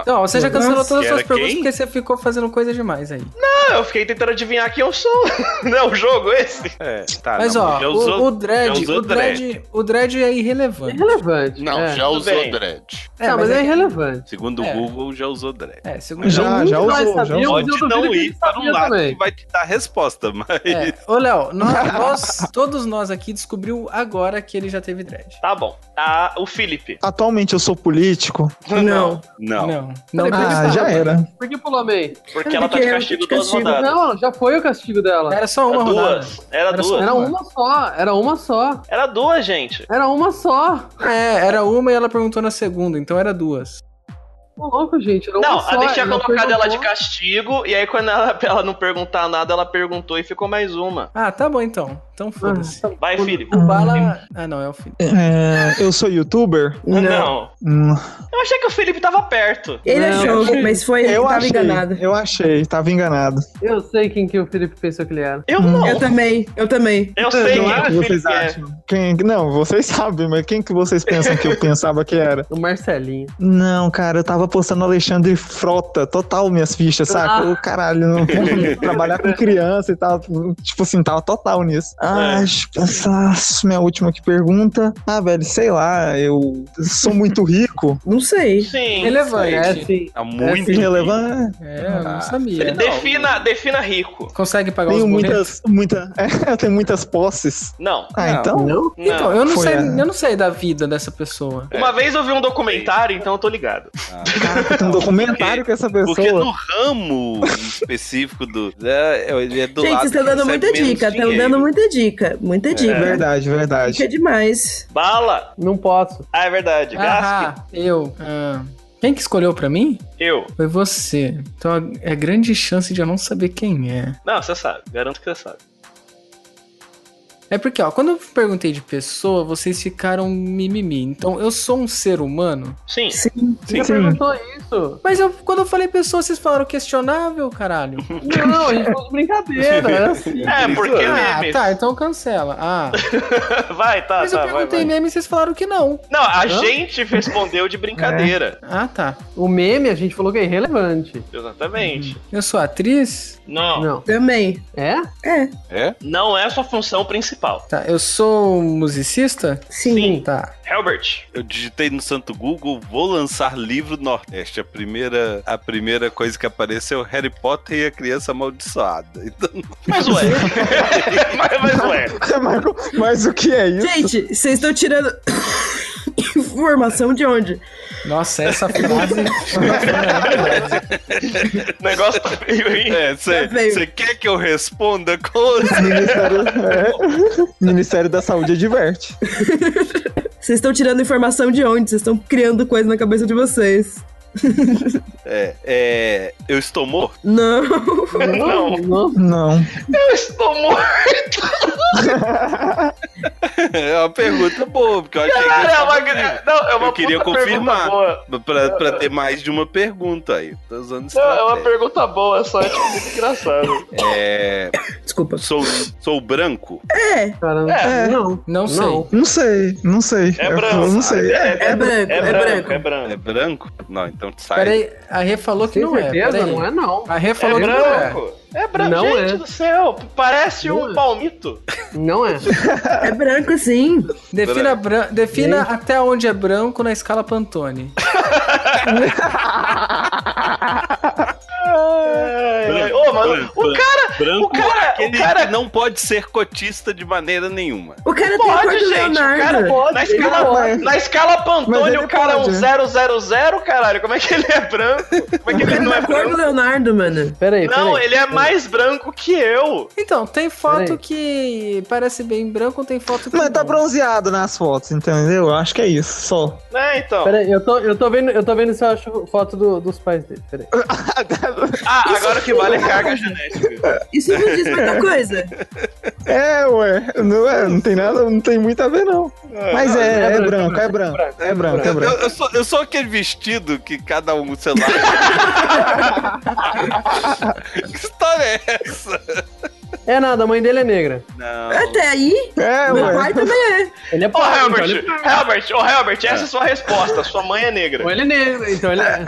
Então, você já cancelou Nossa. todas as suas Que era perguntas quem? porque você ficou fazendo coisa demais aí. Ah, eu fiquei tentando adivinhar quem eu sou. [laughs] Não é o jogo esse? é, tá, Mas não, ó, já o, usou- o Dread, já usou o Dread, o Dread é irrelevante. Irrelevante. Não, é. já usou bem. dread. É, não, mas é é, irrelevante. segundo o É. Google, já usou dread. é, segundo Já, Muitos Ah, já nós usou, já usou. sabíamos, eu Pode duvido que não ele ir para um sabia lado também. que vai te dar a resposta, mas É. Ô, Léo, nós, nós- todos nós aqui descobriu agora que ele já teve dread. Tá bom. Ah, o Felipe. Atualmente eu sou político. Não. não. Não, não, Peraí, não. Ah, já era. Por que pulou a meio? Porque ela tá Porque de eu castigo tô de duas castigo. rodadas. Não, já foi o castigo dela. Era Era só uma rodada. duas. Era Era só- duas. Era um- uma só, era uma só. Era duas, gente. Era uma só. É, era uma e ela perguntou na segunda, então era duas. Ô, louco, gente. Era Não, uma só. a gente tinha ela colocado ela de perguntou- castigo, e aí quando ela, [laughs] pra ela não perguntar nada, ela perguntou e ficou mais uma. Ah, tá bom então. Então foda-se. Vai, O- Felipe. O Bala. Ah, não, é o Felipe. É, eu sou youtuber? Não. Hum, Eu achei que o Felipe tava perto. Ele Não, achou, eu achei- mas foi ele que eu tava achei, enganado. eu achei, tava enganado. Eu sei quem que o Felipe pensou que ele era. Eu não. Eu também, eu também. Eu sei quem Não é o que vocês Felipe é. acham. Quem, não, vocês [laughs] sabem, mas quem que vocês pensam que eu pensava que era? O Marcelinho. Não, cara, eu tava postando Alexandre Frota, total minhas fichas, saca? Ah. Ô, caralho, não [laughs] trabalhar com criança e tal, tipo assim, tava total nisso. Ah, É. deixa eu pensar, minha última que pergunta. Ah, velho, sei lá, eu sou muito rico. Não sei. Sim. Relevante. É, sim. Tá assim, muito Irrelevante. É, eu não Ah, sabia. Defina, defina rico. Consegue pagar Tenho os boletos? muitas, muita, é, [laughs] eu tenho muitas posses. Não. Ah, Não. então? Não? não. Então, eu não, Foi sei, a- eu não sei da vida dessa pessoa. Uma vez eu vi um documentário, então eu tô ligado. Caraca, tem [laughs] um documentário com essa Porque pessoa. no ramo específico do. É, ele é do Gente, lado. vocês estão que recebe dando muita menos dica, estão dinheiro. dando muita dica, É muita é. dica. Verdade, Dica verdade. demais. Bala. Não posso. Ah, é verdade. Gasp. Ah, eu. Ah, quem que escolheu pra mim? Eu. Foi você. Então é grande chance de eu não saber quem é. Não, você sabe. Garanto que você sabe. É porque, ó, quando eu perguntei de pessoa, vocês ficaram mimimi. Então eu sou um ser humano. Sim. Sim. Você perguntou isso. Mas eu, quando eu falei pessoa, vocês falaram questionável, [laughs] caralho. Não, a gente [laughs] falou de brincadeira. Era assim. É, porque ah, memes. tá, então cancela. Ah, [laughs] Vai, tá, mas tá, eu vai, perguntei vai. meme e vocês falaram que não. Não, a Hã? gente respondeu de brincadeira. Ah, tá. O meme a gente falou que é irrelevante. Exatamente. Eu sou atriz? Não, Não. Também. É? É, É? não é sua função principal. Tá, eu sou musicista? sim. Tá. Helbert, Eu digitei no santo Google, vou lançar livro Nordeste. A primeira, a primeira coisa que apareceu é Harry Potter e a criança amaldiçoada. [laughs] Então, mas ué. [laughs] mas, mas ué. mas, mas o que é [laughs] isso? Gente, vocês estão tirando [coughs] informação de onde? Nossa, essa frase. O negócio tá [laughs] meio hein? é, Já veio. você quer que eu responda [laughs] coisa? Ministério, é. Ministério da Saúde adverte. Vocês estão tirando informação de onde? Vocês estão criando coisa na cabeça de vocês. É, é, eu estou morto? [laughs] Não. [laughs] Não. não. Não. Eu estou morto. É uma pergunta boa, porque eu achei Cara, que é uma, eu não, é uma Eu queria puta pergunta confirmar. boa. tava- pra, pra ter mais de uma pergunta aí. Tô usando Não, é uma estratégia. pergunta boa, só é tipo, muito engraçado. É, Desculpa. sou, sou branco? Cara, É. não. Não sei. Não. Não sei, não sei. É Eu- branco. eu não sei. É, É branco, é branco. É É branco. branco? Não, então sai. Peraí, a Rê falou que Tem não é. certeza? peraí. não é, não. A Rê É falou que não é. branco. É branco. Não Gente é. do céu, parece Não um é. palmito. Não é. É branco, sim. é. Defina, bran- defina até onde é branco na escala Pantone. Ai, ai. Ô, mas branco, o cara, Branco o cara, o Ele cara não pode ser cotista de maneira nenhuma. O cara tem a cor pode, do gente. O Leonardo. cara pode. Na escala, Ele pode. na escala Mas Pantone, ele o cara pode, é um 000, caralho. Como é que ele é branco? Como é que O ele cara não é tem a [laughs] cor do branco? Leonardo, mano. Peraí, Não, peraí. ele é mais branco que eu. Então, tem foto Peraí. que parece bem branco, tem foto que. Mas tá não. bronzeado nas fotos, entendeu? Eu acho que é isso, [laughs] só. Né, então. Peraí, eu tô, eu tô vendo, eu tô vendo se eu acho foto do- dos pais dele. Peraí. Ah, agora o que vale é carga genética. Isso não diz muita coisa. É, ué. Não, é, não tem nada, não tem muito a ver, não. Mas é, é branco, é branco. É branco, é Eu, branco. eu sou, eu sou aquele vestido que cada um, sei lá. que história é essa? É nada, a mãe dele é negra. Não. Até aí, É, meu ué. pai também é. Ele é Ô, pobre, então Herbert, ele- Herbert, ô, Herbert, essa é a sua resposta. Sua mãe é Então negra. ele é negro, então ele é.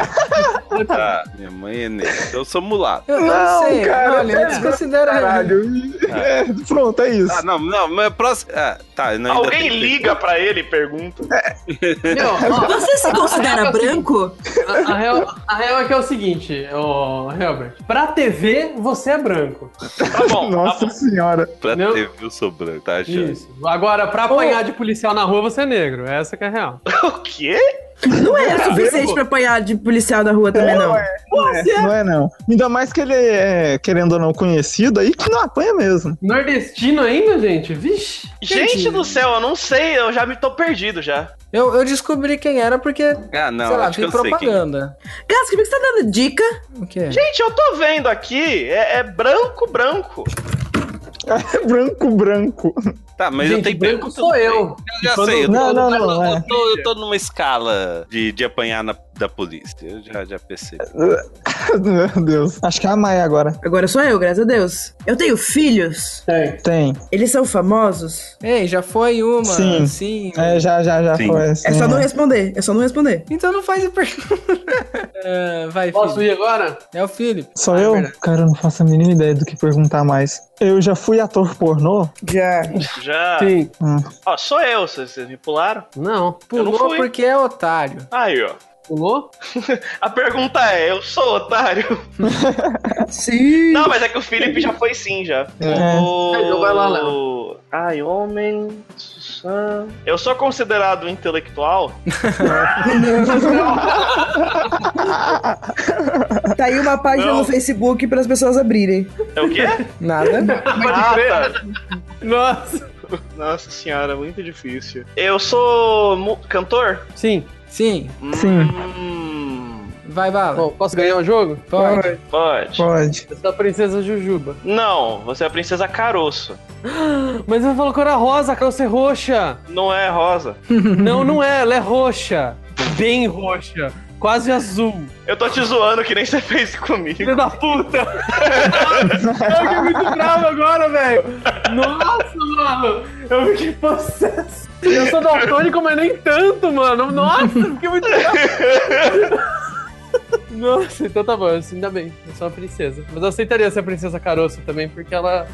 Tá, minha mãe é negra. então Eu sou mulato. Eu não, Não, sei. cara, Olha, é eu desconsidero Caralho. É, pronto, é isso. Ah, não, não, mas próximo. Ah, tá, não, ainda Alguém tem que- liga pra ele e pergunta. Meu, ó, Você se [laughs] considera branco? a, a real, a real é que é o seguinte, ô Herbert. Pra TV, você é branco. Tá bom, tá Nossa bom. senhora. Pra Não. TV eu sou branco, tá achando? Isso. Agora, pra apanhar de policial na rua, você é negro. Essa que é a real. O quê? Não é o suficiente pra apanhar de policial da rua também, não. É, não é, não. Ainda mais que ele é, querendo ou não, conhecido aí, que não apanha mesmo. [laughs] Nordestino ainda, gente? Vixe. Gente do céu, eu não sei, eu já me tô perdido já. Eu, eu descobri quem era porque, Ah, não, sei lá, acho que vi eu sei quem. propaganda. Gato, por que você tá dando dica? O quê? Gente, eu tô vendo aqui, é, é branco, branco. É branco, branco. Tá, mas gente, eu tenho branco pergunta- sou eu. Eu já sei, eu tô, Não, não, não, eu é. tô- eu tô numa escala de, de apanhar na- da polícia. Eu já, já percebi. Meu Deus. Acho que é a Maia agora. Agora sou eu, graças a Deus. Eu tenho filhos. Tem. Tem. Eles são famosos. Ei, já foi uma. Sim. assim. sim. É, já, já, já Sim. foi. É sim. só não responder. É só não responder. Então não faz a pergunta. [laughs] Ah, vai, Posso Felipe. ir agora? É o Felipe. Só eu? Cara, eu não faço a mínima ideia do que perguntar mais. Eu já fui ator pornô? Já. Já. Sim. Ó, sou eu, vocês vocês me pularam? Não. não Pulou fui. porque é otário. Aí, ó. Pulou? A pergunta é, eu sou otário? [laughs] Sim. Não, mas é que o Felipe já foi sim, já. É. O... É, então vai lá, Ai, homem... sã. Eu sou considerado um intelectual? Tá aí uma página Não. no Facebook para as pessoas abrirem. É o quê? Nada. Ah, tá. Nossa. Nossa senhora, muito difícil. Eu sou mu- cantor? Sim. Sim. Sim. Hum, Vai, Bala. Bom, posso ganhar o jogo? Pode. pode. Pode. Eu sou É a princesa Jujuba. Não, você é a princesa caroço. Mas ela falou que era rosa, a calça é [laughs] roxa. Não é rosa. Não, não é, ela é roxa. Bem roxa. Quase azul. Eu tô te zoando que nem você [laughs] fez comigo. Filho da [laughs] puta! Eu fiquei muito bravo agora, velho! Nossa, mano! Eu fiquei possesso! Eu sou daltônico, mas nem tanto, mano! Nossa, eu fiquei muito bravo! [laughs] Nossa, então tá bom, assim, ainda bem, eu sou uma princesa. Mas eu aceitaria ser a princesa caroço também, porque ela.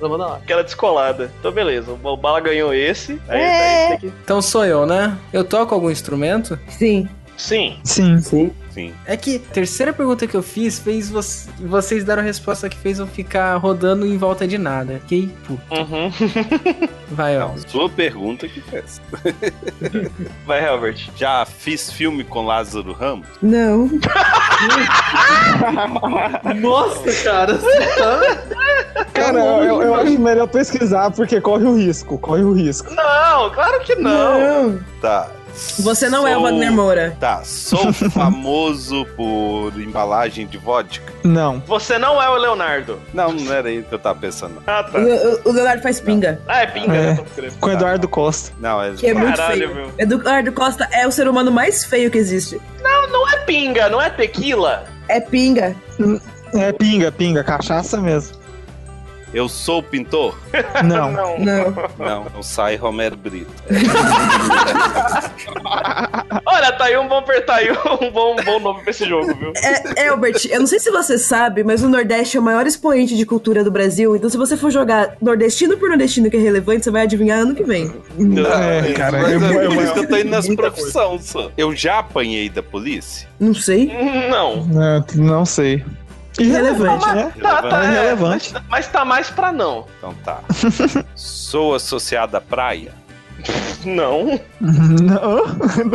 Ela manda lá. Aquela descolada. Então, beleza. O Bala ganhou esse. Aí, tá daí tem Então sou eu, né? Eu toco algum instrumento? Sim. que- Sim. Sim. Sim. É que a terceira pergunta que eu fiz fez vo- vocês deram a resposta que fez eu ficar rodando em volta de nada. Que puto. Uhum. [laughs] Vai, ó. Não, sua pergunta que fez. Vai, Herbert. Já fiz filme com Lázaro Ramos? Não. Nossa, cara! Cara, eu, eu- eu acho melhor pesquisar, porque corre o risco. Corre o risco. Não, claro que não. Não. Tá. Você não é o Sou- Wagner Moura. Tá, sou [laughs] famoso por embalagem de vodka? Não. Você não é o Leonardo. Não, não era aí que eu tava pensando. Ah, O, tá. o- o Leonardo faz pinga. Ah, é pinga, É. né? Tô escrevendo. Com o Eduardo Costa. Não, é... Que é muito Caralho, feio. meu. Eduardo Costa é o ser humano mais feio que existe. Não é pinga, não é tequila. É pinga. É pinga, pinga, cachaça mesmo. eu sou pintor? Não. [laughs] Não. Não, eu sai Romero Brito. Olha, tá aí um bom, per- tá aí um bom, bom nome pra esse jogo, viu? É, Albert, eu não sei se você sabe, mas o Nordeste é o maior expoente de cultura do Brasil. Então, se você for jogar nordestino por nordestino que é relevante, você vai adivinhar ano que vem. É, cara. Mas eu- é eu- por isso que eu tô indo nas muita profissões, só. Eu já apanhei da [laughs] polícia? Não sei. Não. É, não sei. Irrelevante, né? Tá, tá, É é. irrelevante. Mas tá mais pra não. Então tá. sou associado à praia? Não. [laughs] Não.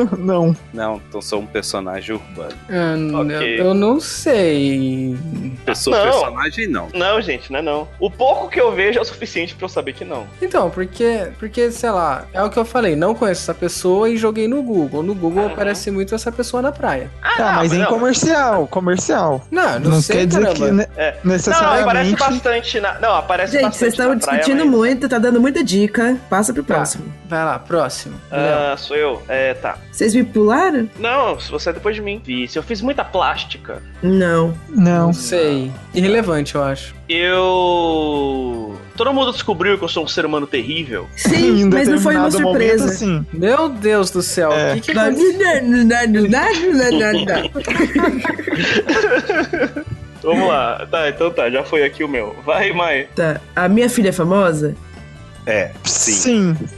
[laughs] Não. Não, então sou um personagem urbano. Ah, n- Ok. Eu não sei. Eu sou Não. personagem, não. Não, gente, não é não. O pouco que eu vejo é o suficiente pra eu saber que não. Então, porque, porque, sei lá, é o que eu falei, não conheço essa pessoa e joguei no Google. No Google Uhum. aparece muito essa pessoa na praia. Tá, não, mas em Ah, não. comercial, comercial. Não, eu não, Não, quer sei, dizer caramba. que né, É. Não, não, aparece necessariamente. bastante na. Não, aparece Gente, bastante. vocês estão tá na praia, discutindo mas- muito, tá dando muita dica. Passa pro próximo. Vai lá, próximo. Léo. Ah, sou eu. É, tá. Vocês me pularam? Não, se você é depois de mim. Fiz. Eu fiz muita plástica. Não. Não. Não sei. Irrelevante, eu acho. Eu. Todo mundo descobriu que eu sou um ser humano terrível. [laughs] Sim, mas não foi uma um determinado Momento, surpresa. [laughs] assim, sim. Meu Deus do céu, o É. que, que aconteceu? Vamos [laughs] lá. Tá, então tá, já foi aqui o meu. Vai, Mai. Tá. A minha filha é famosa? É, sim. Sim.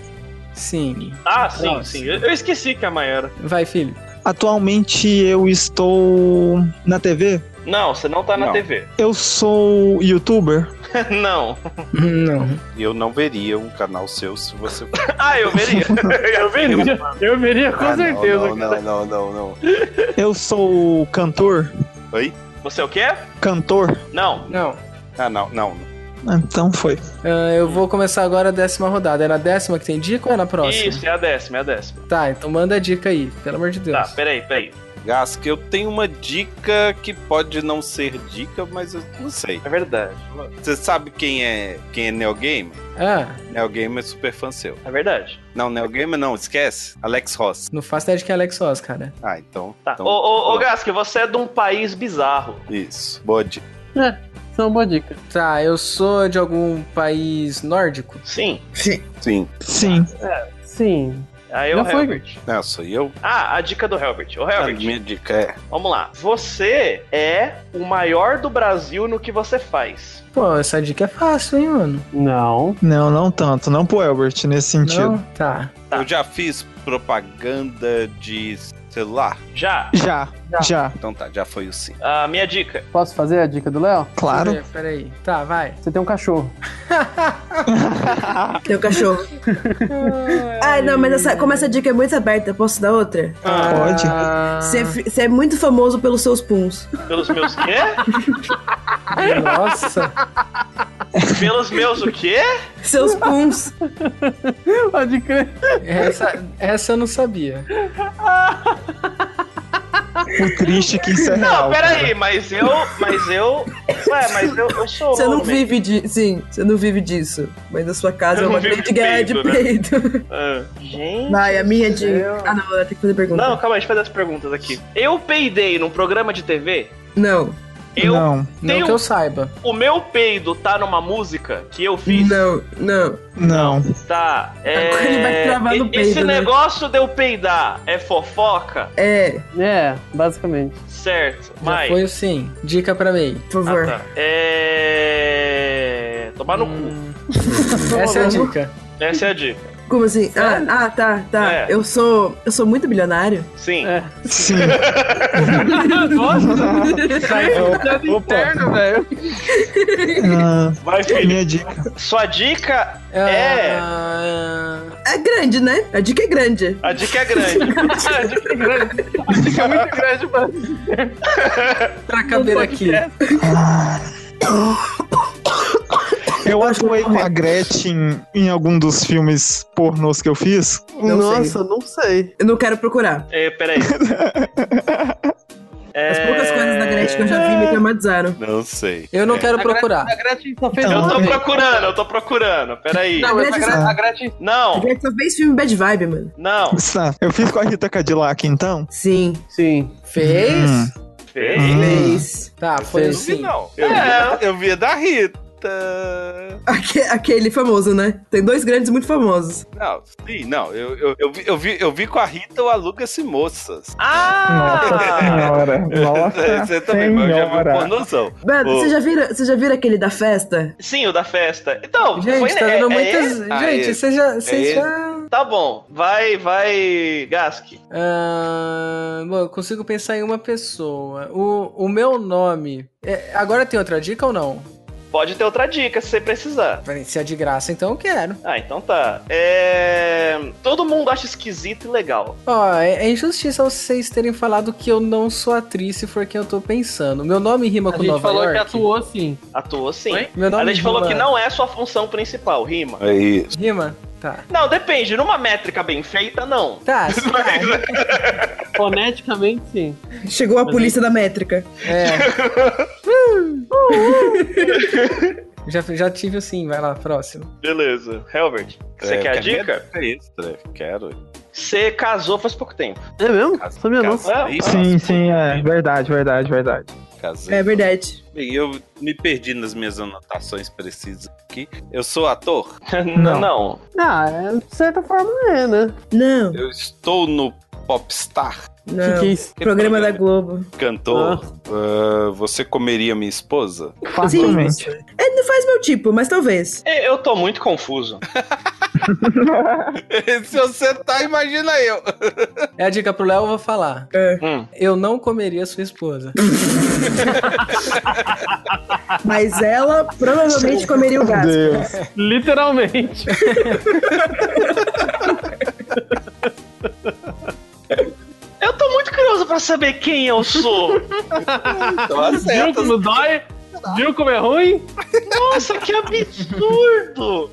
Sim. Ah, sim, Nossa. sim. Eu, eu esqueci que a Mai era. Vai, filho. Atualmente eu estou na TV. Não, você não tá na Não. TV. Eu sou youtuber. [laughs] não. Não. Eu não veria um canal seu se você Ah, eu veria. eu veria. [laughs] Eu veria com Ah, certeza. Não, cara. não, não, não, não. Eu sou cantor. Oi? Você é o quê? Cantor. Não. Não. Ah, não, não. Então foi. Ah, eu vou começar agora a décima rodada. É na décima que tem dica ou é na próxima? Isso, é a décima, é a décima. Tá, então manda a dica aí, pelo amor de Deus. Tá, peraí, peraí. Gask, eu tenho uma dica que pode não ser dica, mas eu não sei. É verdade. Você sabe quem é quem é Neogamer? Ah, Neogamer é super fã seu. É verdade. Não, Neogamer não, esquece. Alex Ross. não faço ideia de quem é Alex Ross, cara. Ah, então. Tá. então ô, ô, ô pronto. Gask, você é de um país bizarro. Isso, boa dica. Isso é uma boa dica. Tá, eu sou de algum país nórdico? Sim. Sim. Sim. Sim. Aí o Já foi, Herbert. Não, sou eu. Ah, a dica do Herbert. Ô, A Herbert, minha dica é. vamos lá. Você é o maior do Brasil no que você faz. Pô, essa dica é fácil, hein, mano? Não. Não, não tanto. Não pro Albert nesse sentido. Não? Tá. Tá. Eu já fiz propaganda de celular. Já, Já, Já. já. Então tá, já foi o sim. a minha dica. Posso fazer a dica do Léo? Claro. Peraí, peraí. Tá, vai. Você tem um cachorro. Tem o cachorro. Ai, não, mas essa, como essa dica é muito aberta, posso dar outra? Pode. Ah. Você é fi- você é muito famoso pelos seus puns. Pelos meus quê? Nossa. Pelos meus o quê? [laughs] Seus puns. Pode crer. Essa, essa eu não sabia. O triste que isso é real. Não, peraí, mas eu. Mas eu. Ué, mas eu, eu sou. Você não homem. vive de. Sim, você não vive disso. Mas na sua casa Eu é uma não vivo grande de guerra de peito, né? peito. [laughs] Ah, gente. Vai, a minha dica. Ah, não, ela tem que fazer pergunta. Não, calma aí, deixa eu fazer as perguntas aqui. Eu peidei num programa de TV? Não, [laughs] Eu. Não, Não Tem que um- eu saiba. O meu peido tá numa música que eu fiz? não, não. não. Tá. É... Agora ele vai travar no e- peido, Esse né? negócio de eu peidar é fofoca? É, É, basicamente. Certo. Já Mas. foi o sim. Dica pra mim. por favor. Ah, tá. É. Tomar no Hum. Tá Essa é a dica. cu. Essa é a dica. Como assim? Ah, ah, tá, tá. É. Eu sou. Eu sou muito bilionário. Sim. É. Sim. Ah, [laughs] tá. Interno, velho. Ah, É. Vai, filho. minha dica. Sua dica. É. É. É grande, né? A dica é grande. A dica é [laughs] grande. A dica é grande. A dica é muito grande, mano. Pra caber aqui. Ah. Eu atuei com a Gretchen em algum dos filmes pornôs que eu fiz. Não Nossa, não sei. Eu não quero procurar. É, peraí. As É. poucas coisas da Gretchen que eu já vi me traumatizaram. Não sei. Eu não É. quero procurar. A Gretchen só fez Então, Eu um tô é. Não, filme. procurando, eu tô procurando. Peraí. Não, mas a Gretchen, a Gretchen- A Não, Gretchen só fez filme Bad Vibe, mano. não. Nossa, Eu fiz com a Rita Cadillac, então. Sim. Sim. Fez? Hum. Fez? Fez. Tá, foi Eu não vi, assim. não. Eu, É. vi, eu vi a da Rita. Tá. Aque- Aquele famoso, né? Tem dois grandes muito famosos. Não, sim, não. Eu, eu, eu, vi, eu, vi, eu vi com a Rita o [laughs] Aluga-se Moças. Nossa Ah! senhora. Nossa Você também, mas eu já vi senhora. o pornozão. Mano, Ô. você já vira, você já vira aquele da festa? Sim, o da festa. Então, foi Gente, tá é- dando é muitas. esse? Ah, Gente, é. você já. Você É já... Tá bom. Vai, vai, Gask. Ah, bom, eu consigo pensar em uma pessoa. O, o meu nome. é, agora tem outra dica ou não? Pode ter outra dica se você precisar. Peraí, Se é de graça, então eu quero. Ah, então tá. É... Todo mundo acha esquisito e legal. Ó, é, é injustiça vocês terem falado que eu não sou atriz se for quem eu tô pensando. Meu nome rima A com gente Nova falou York. que atuou sim. Atua sim. Oi? Meu A nome gente falou rima- que não é sua função principal, rima. É isso. Rima? Tá. Não, depende. Numa métrica bem feita, não. Tá, sim, tá. Foneticamente sim. Chegou a polícia da métrica. É. [laughs] já, já tive o sim, vai lá, próximo. Beleza. Helbert, você quer a dica? É isso, Tref. Quero. Você casou faz pouco tempo. [laughs] É mesmo? Sabia não. Casei, Sim, sim, é. Verdade, verdade, verdade. Casei. É verdade. Bem, eu me perdi nas minhas anotações precisas aqui. Eu sou ator. Não. não. Ah, é, de certa forma é, né? Não, Eu estou no Popstar. não. Que que é isso? Programa da Globo. Cantor. Ah, você comeria minha esposa? Facilmente. Ele não faz meu tipo, mas talvez. E- Eu tô muito confuso. [laughs] Se você tá, imagina eu. É a dica pro Léo, eu vou falar. É. Hum. Eu não comeria sua esposa. Mas ela provavelmente comeria o Meu gato. Deus. Literalmente. Eu tô muito curioso pra saber quem eu sou. Então Viu acerta. como dói? Viu como é ruim? Nossa, que absurdo!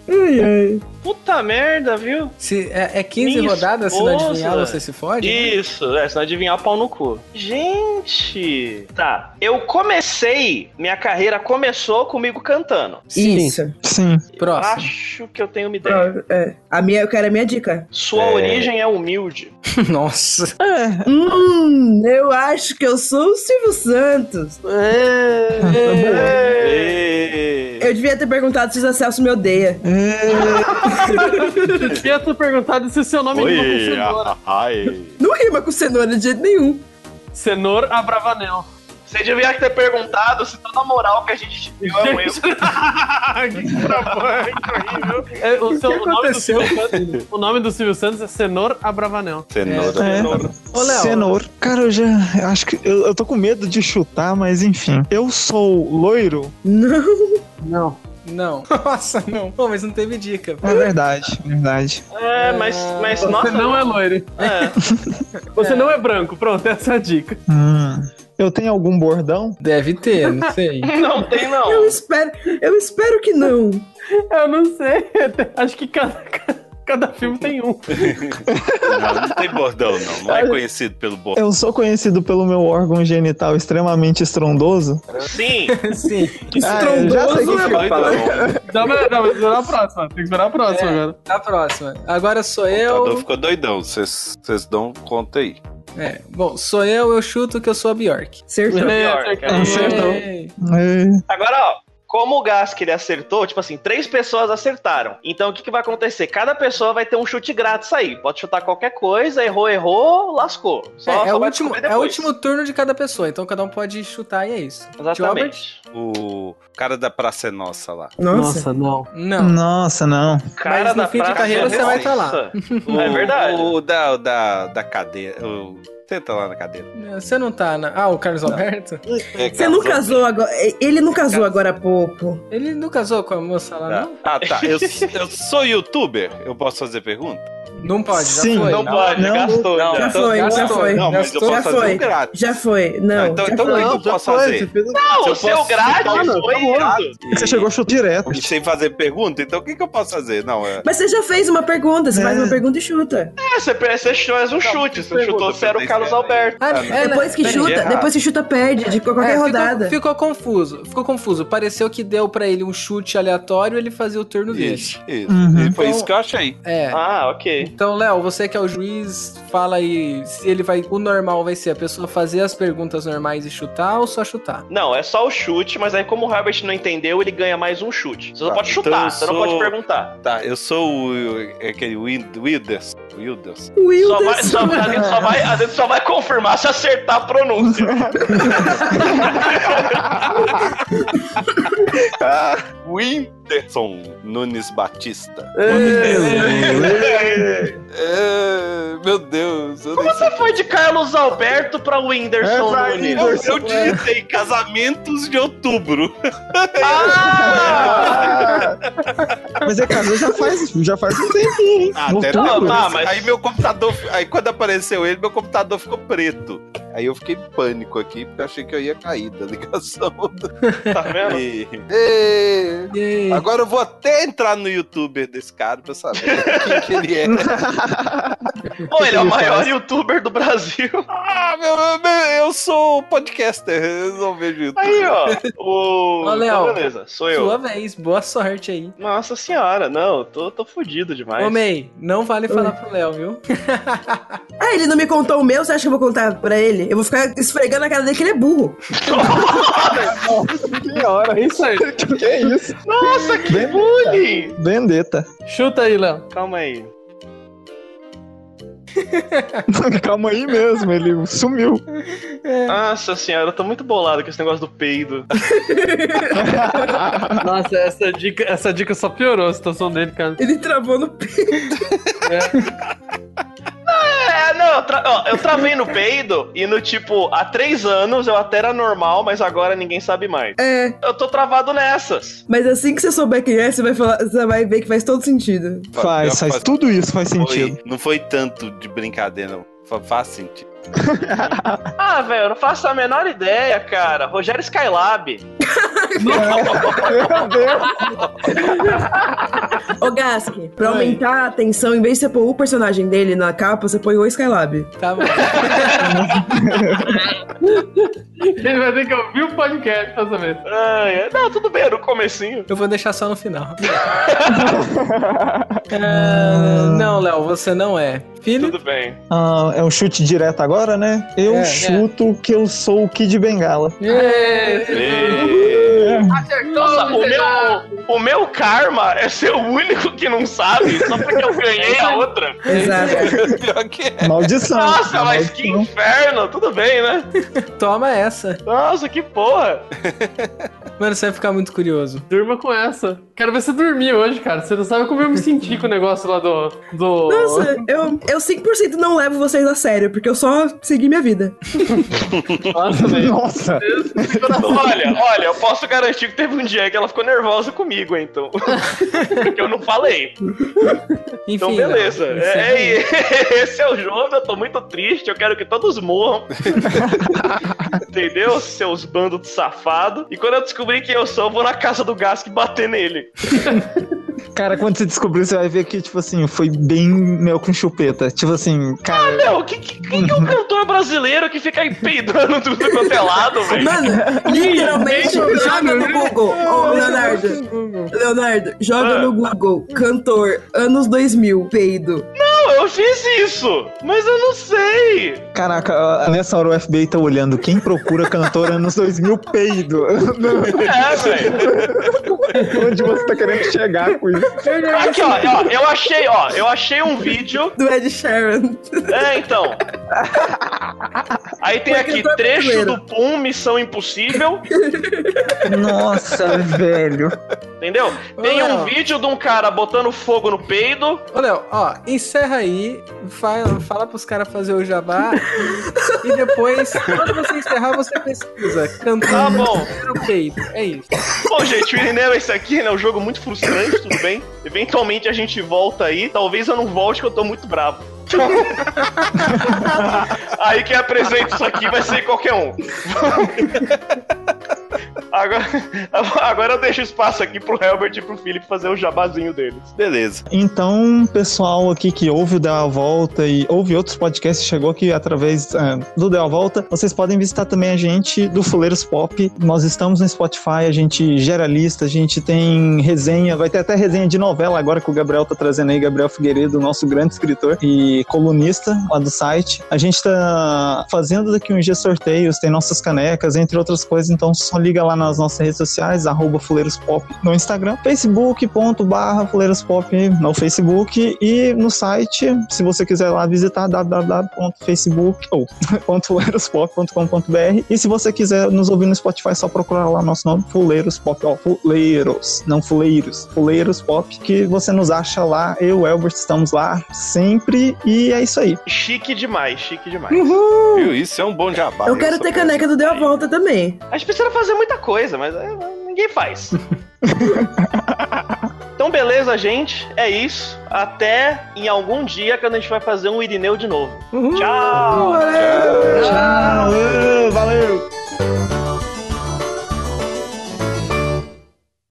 Puta merda, viu? Se, é, é 15 Minha rodadas, se não esposa. adivinhar, você se fode? né? Isso, é, se não adivinhar, pau no cu. Gente! Tá, eu comecei, minha carreira começou comigo cantando. Isso. Sim. Próximo. Acho que eu tenho uma ideia. Prova- é. A minha, eu quero a minha dica. Sua É. origem é humilde. Nossa. Hum, eu acho que eu sou o Silvio Santos. É. Ei. Eu devia ter perguntado se o Zé Celso me odeia. [laughs] Eu tinha te perguntado se seu nome rima com cenoura. ah. ai. Não rima com cenoura de jeito nenhum. Cenoura Abravanel. Você devia ter perguntado se toda a moral que a gente te deu [laughs] é um erro. [laughs] que trabalho horrível. É, o, seu, que o nome do aconteceu? Silvio Santos, o nome do Silvio Santos é Senor Abravanel. Cenoura. É. Ô, Léo. Cenoura. Cara, eu já. eu Acho que. Eu, eu tô com medo de chutar, mas enfim. Eu sou loiro? Não. Não. Não. [laughs] Nossa, não. Pô, mas não teve dica. É verdade, verdade. É, mas, mas Você nossa. não é loiro. é. [laughs] Você não é branco. Pronto, essa é a dica. Hum. Eu tenho algum bordão? Deve ter, não sei. Não tem, não. Eu espero, eu espero que não. Eu não sei. [laughs] Acho que cada, cada filme tem um. Não, não tem bordão, não. Não é conhecido pelo bordão. Eu sou conhecido pelo meu órgão genital extremamente estrondoso? Ah, Sim. [laughs] Sim. Ah, eu já sei o que é que eu ia falar. Dá pra, não, tem que esperar a próxima. Tem que esperar a próxima É. agora. A Tá próxima. Agora sou tá O computador eu. ficou doidão. Vocês vocês dão conta aí. É. Bom, sou eu, eu chuto que eu sou a Bjork. Acertou. É, pior, acertei. cara. Acertou. Ei. É. Agora, ó, como o gás que ele acertou, tipo assim, três pessoas acertaram. Então o que, que vai acontecer? Cada pessoa vai ter um chute grátis aí. Pode chutar qualquer coisa, errou, errou, lascou. Só, É, é só o vai último, descobrir é o depois. último turno de cada pessoa, então cada um pode chutar e é isso. Gilbert? Exatamente. O cara da Praça é Nossa lá. Nossa. não. Não. Nossa, não. Cara Mas no da fim de praça carreira é você vai tá lá. [laughs] Nossa. É verdade. O, o da, o da, da cadeira. O... Senta lá na cadeira. Você não tá na... Ah, o Carlos Alberto? Então, É, Você não casou agora. Ele não casou agora há pouco. Ele não casou com a moça lá, tá. Ah, tá. Eu, eu sou youtuber? Eu posso fazer pergunta? não? Não pode, já Sim. foi. Não pode, Não. gastou. Não, Já já. então- foi, já gastou. foi. Não, mas eu Gastou, posso já fazer foi. um grátis. Já foi. Não, Ah, então- já então foi. não. Não, já posso foi, fazer. você fez o- Não, o Se eu seu posso- grátis Não, foi acabou. irado. Você chegou chute direto. E sem fazer pergunta? Então o que, que eu posso fazer? Não, é. Mas você já fez uma pergunta, você É. faz uma pergunta e chuta. É, você, você fez um chute. Você chutou se era o Carlos Alberto. Ah, é, Depois que né? Entendi chuta, errado. depois que chuta, perde de É, qualquer ficou- rodada. Ficou, confuso. Ficou confuso. Pareceu que deu pra ele um chute aleatório e ele fazia o turno dele. Isso, isso. Uhum. E foi Então- isso que eu achei. É. Ah, ok. Então, Léo, você que é o juiz, fala aí se ele vai. O normal vai ser a pessoa fazer as perguntas normais e chutar ou só chutar? Não, é só o chute, mas aí como o Herbert não entendeu, ele ganha mais um chute. Você só Tá, pode então chutar, eu você não sou- pode perguntar. Tá, eu sou o. é aquele Wind- Wilders. Wilders. O Só vai, Wilderson. só, a, gente só vai, a gente só vai confirmar se acertar a [laughs] pronúncia. Ah, Winderson Nunes Batista. É, meu Deus. Eu nem sei. Você foi de Carlos Alberto pra Whindersson É, pra Nunes. Eu, Whindersson. eu digitei casamentos de outubro. Ah! Mas é, cara, já faz, já faz um tempinho, hein? Ah, No até outubro. não, tá. mas... mas- Aí meu computador. Aí quando apareceu ele, meu computador ficou preto. Aí eu fiquei em pânico aqui, porque eu achei que eu ia cair da [laughs] ligação. Tá vendo? E- E- Yay. Agora eu vou até entrar no youtuber desse cara pra saber [laughs] quem que ele é. [laughs] Pô, ele é o ele maior faz? youtuber do Brasil. [laughs] Ah, meu, meu- meu, eu sou podcaster, eu não vejo YouTube. Aí, ó. O... Ó, Léo, Então, beleza, sou eu. Sua vez, boa sorte aí. Nossa senhora, não, tô, tô fudido demais. Ô, May, não vale falar pro Léo, viu? Ah, ele não me contou o meu, você acha que eu vou contar pra ele? Eu vou ficar esfregando a cara dele que ele é burro. Que hora, é isso aí. [laughs] Que isso? Nossa, [laughs] que Bem- bullying! Vendetta. Chuta aí, Léo. Calma aí. [laughs] Calma aí mesmo, ele sumiu. Nossa senhora, eu tô muito bolado com esse negócio do peido. Nossa, essa dica, essa dica só piorou a situação dele, cara. Ele travou no pé. [laughs] É, não, eu, tra- ó, eu travei no peido e no tipo, há três anos eu até era normal, mas agora ninguém sabe mais. É, Eu tô travado nessas. mas assim que você souber quem é, você vai, falar, você vai ver que faz todo sentido. Faz, faz tudo isso faz Foi- sentido. não foi tanto de brincadeira, não. Fa- Faz sentido. Ah, velho, eu não faço a menor ideia, cara. Rogério Skylab. [laughs] Meu Deus. Ô, Gask, pra Oi. aumentar a atenção, em vez de você pôr o personagem dele na capa, você põe o É Skylab. Tá bom. Ele vai ter que ouvir o podcast pra saber. Ai, é- não, tudo bem, era o comecinho. Eu vou deixar só [laughs] no final. Ah, não, Léo, você não é. Filho, Tudo bem. Ah, é um chute direto agora, né? Eu É, chuto que eu sou o Kid Bengala. É, E- Nossa, o meu, o meu karma é ser o único que não sabe, só porque eu ganhei [laughs] a outra. [laughs] Exato. Pior que é. Maldição. Nossa, mas que Maldição. inferno, tudo bem, né? toma essa. Nossa, que porra. Mano, você vai ficar muito curioso. Durma com essa. Quero ver você dormir hoje, cara. Você não sabe como eu me senti com o negócio lá do. do... [laughs] Nossa, eu, eu 5% não levo vocês a sério, porque eu só segui minha vida. Nossa, velho. Nossa, Olha, olha, eu posso garantir que teve um dia que ela ficou nervosa comigo, então. Porque eu não falei. Enfim. Então, Léo, beleza. É, encerra aí. é- [laughs] esse é o jogo, eu tô muito triste, eu quero que todos morram. Entendeu? Seus bandos de safado. E quando eu descobrir quem eu sou, eu vou na casa do Gask bater nele. cara, quando você descobrir, você vai ver que, tipo assim, foi bem mel com chupeta. Tipo assim, cara. Não, que- que- quem que é o cantor brasileiro que fica aí peidando tudo quanto é lado, velho? Mano, literalmente joga no Google. Ô, Leonardo. Leonardo, joga Ah. no Google. Cantor, anos 2000, peido. Não, eu fiz isso, mas eu não sei. Caraca, ah, nessa hora o FBI tá olhando. Quem procura cantor anos 2000 peido? É, velho. [laughs] Onde você tá querendo chegar com isso? Aqui, ó, ó, eu achei, ó, eu achei um vídeo. Do Ed Sheeran. É, então. Aí tem Foi aqui cantor trecho brasileiro. do Pum, Missão Impossível, Nossa, velho. entendeu? Tem Olha, um ó. vídeo de um cara botando fogo no peido. Ô, Léo, ó, encerra aí, fala, fala pros caras fazer [laughs] o jabá e, e depois, quando você encerrar, você pesquisa. Cantar Tá bom. no peito. É isso. Bom, gente, o Irineu é esse aqui, né? Um jogo muito frustrante, tudo bem? Eventualmente a gente volta aí. Talvez eu não volte, que eu tô muito bravo. aí quem apresenta isso aqui vai ser qualquer um. Agora, agora eu deixo espaço aqui pro Herbert e pro Felipe fazer o jabazinho deles. Beleza. Então, pessoal aqui que ouve o Deu a Volta e ouve outros podcasts, chegou aqui através é, do Deu a Volta, vocês podem visitar também a gente do Fuleiros Pop. Nós estamos no Spotify, a gente gera lista, a gente tem resenha, vai ter até resenha de novela agora que o Gabriel tá trazendo aí, Gabriel Figueiredo, nosso grande escritor e colunista lá do site. A gente tá fazendo daqui um dia sorteios, tem nossas canecas, entre outras coisas, então só liga lá nas nossas redes sociais, arroba Fuleiros Pop no Instagram, facebook.barra Fuleiros Pop no Facebook e no site, se você quiser lá visitar www.facebook ou fuleirospop.com.br e se você quiser nos ouvir no Spotify, é só procurar lá nosso nome, Fuleiros Pop, ó, Fuleiros, não Fuleiros, Fuleiros Pop, que você nos acha lá, eu e o Elbert estamos lá sempre e é isso aí. Chique demais, chique demais. Viu? Isso é um bom jabá. Eu né? quero Só ter pra- caneca do Deu a Volta também. A gente precisa fazer muita coisa, mas é, ninguém faz. então, beleza, gente. É isso. Até em algum dia quando a gente vai fazer um Irineu de novo. Uhul. Tchau! Tchau. Tchau.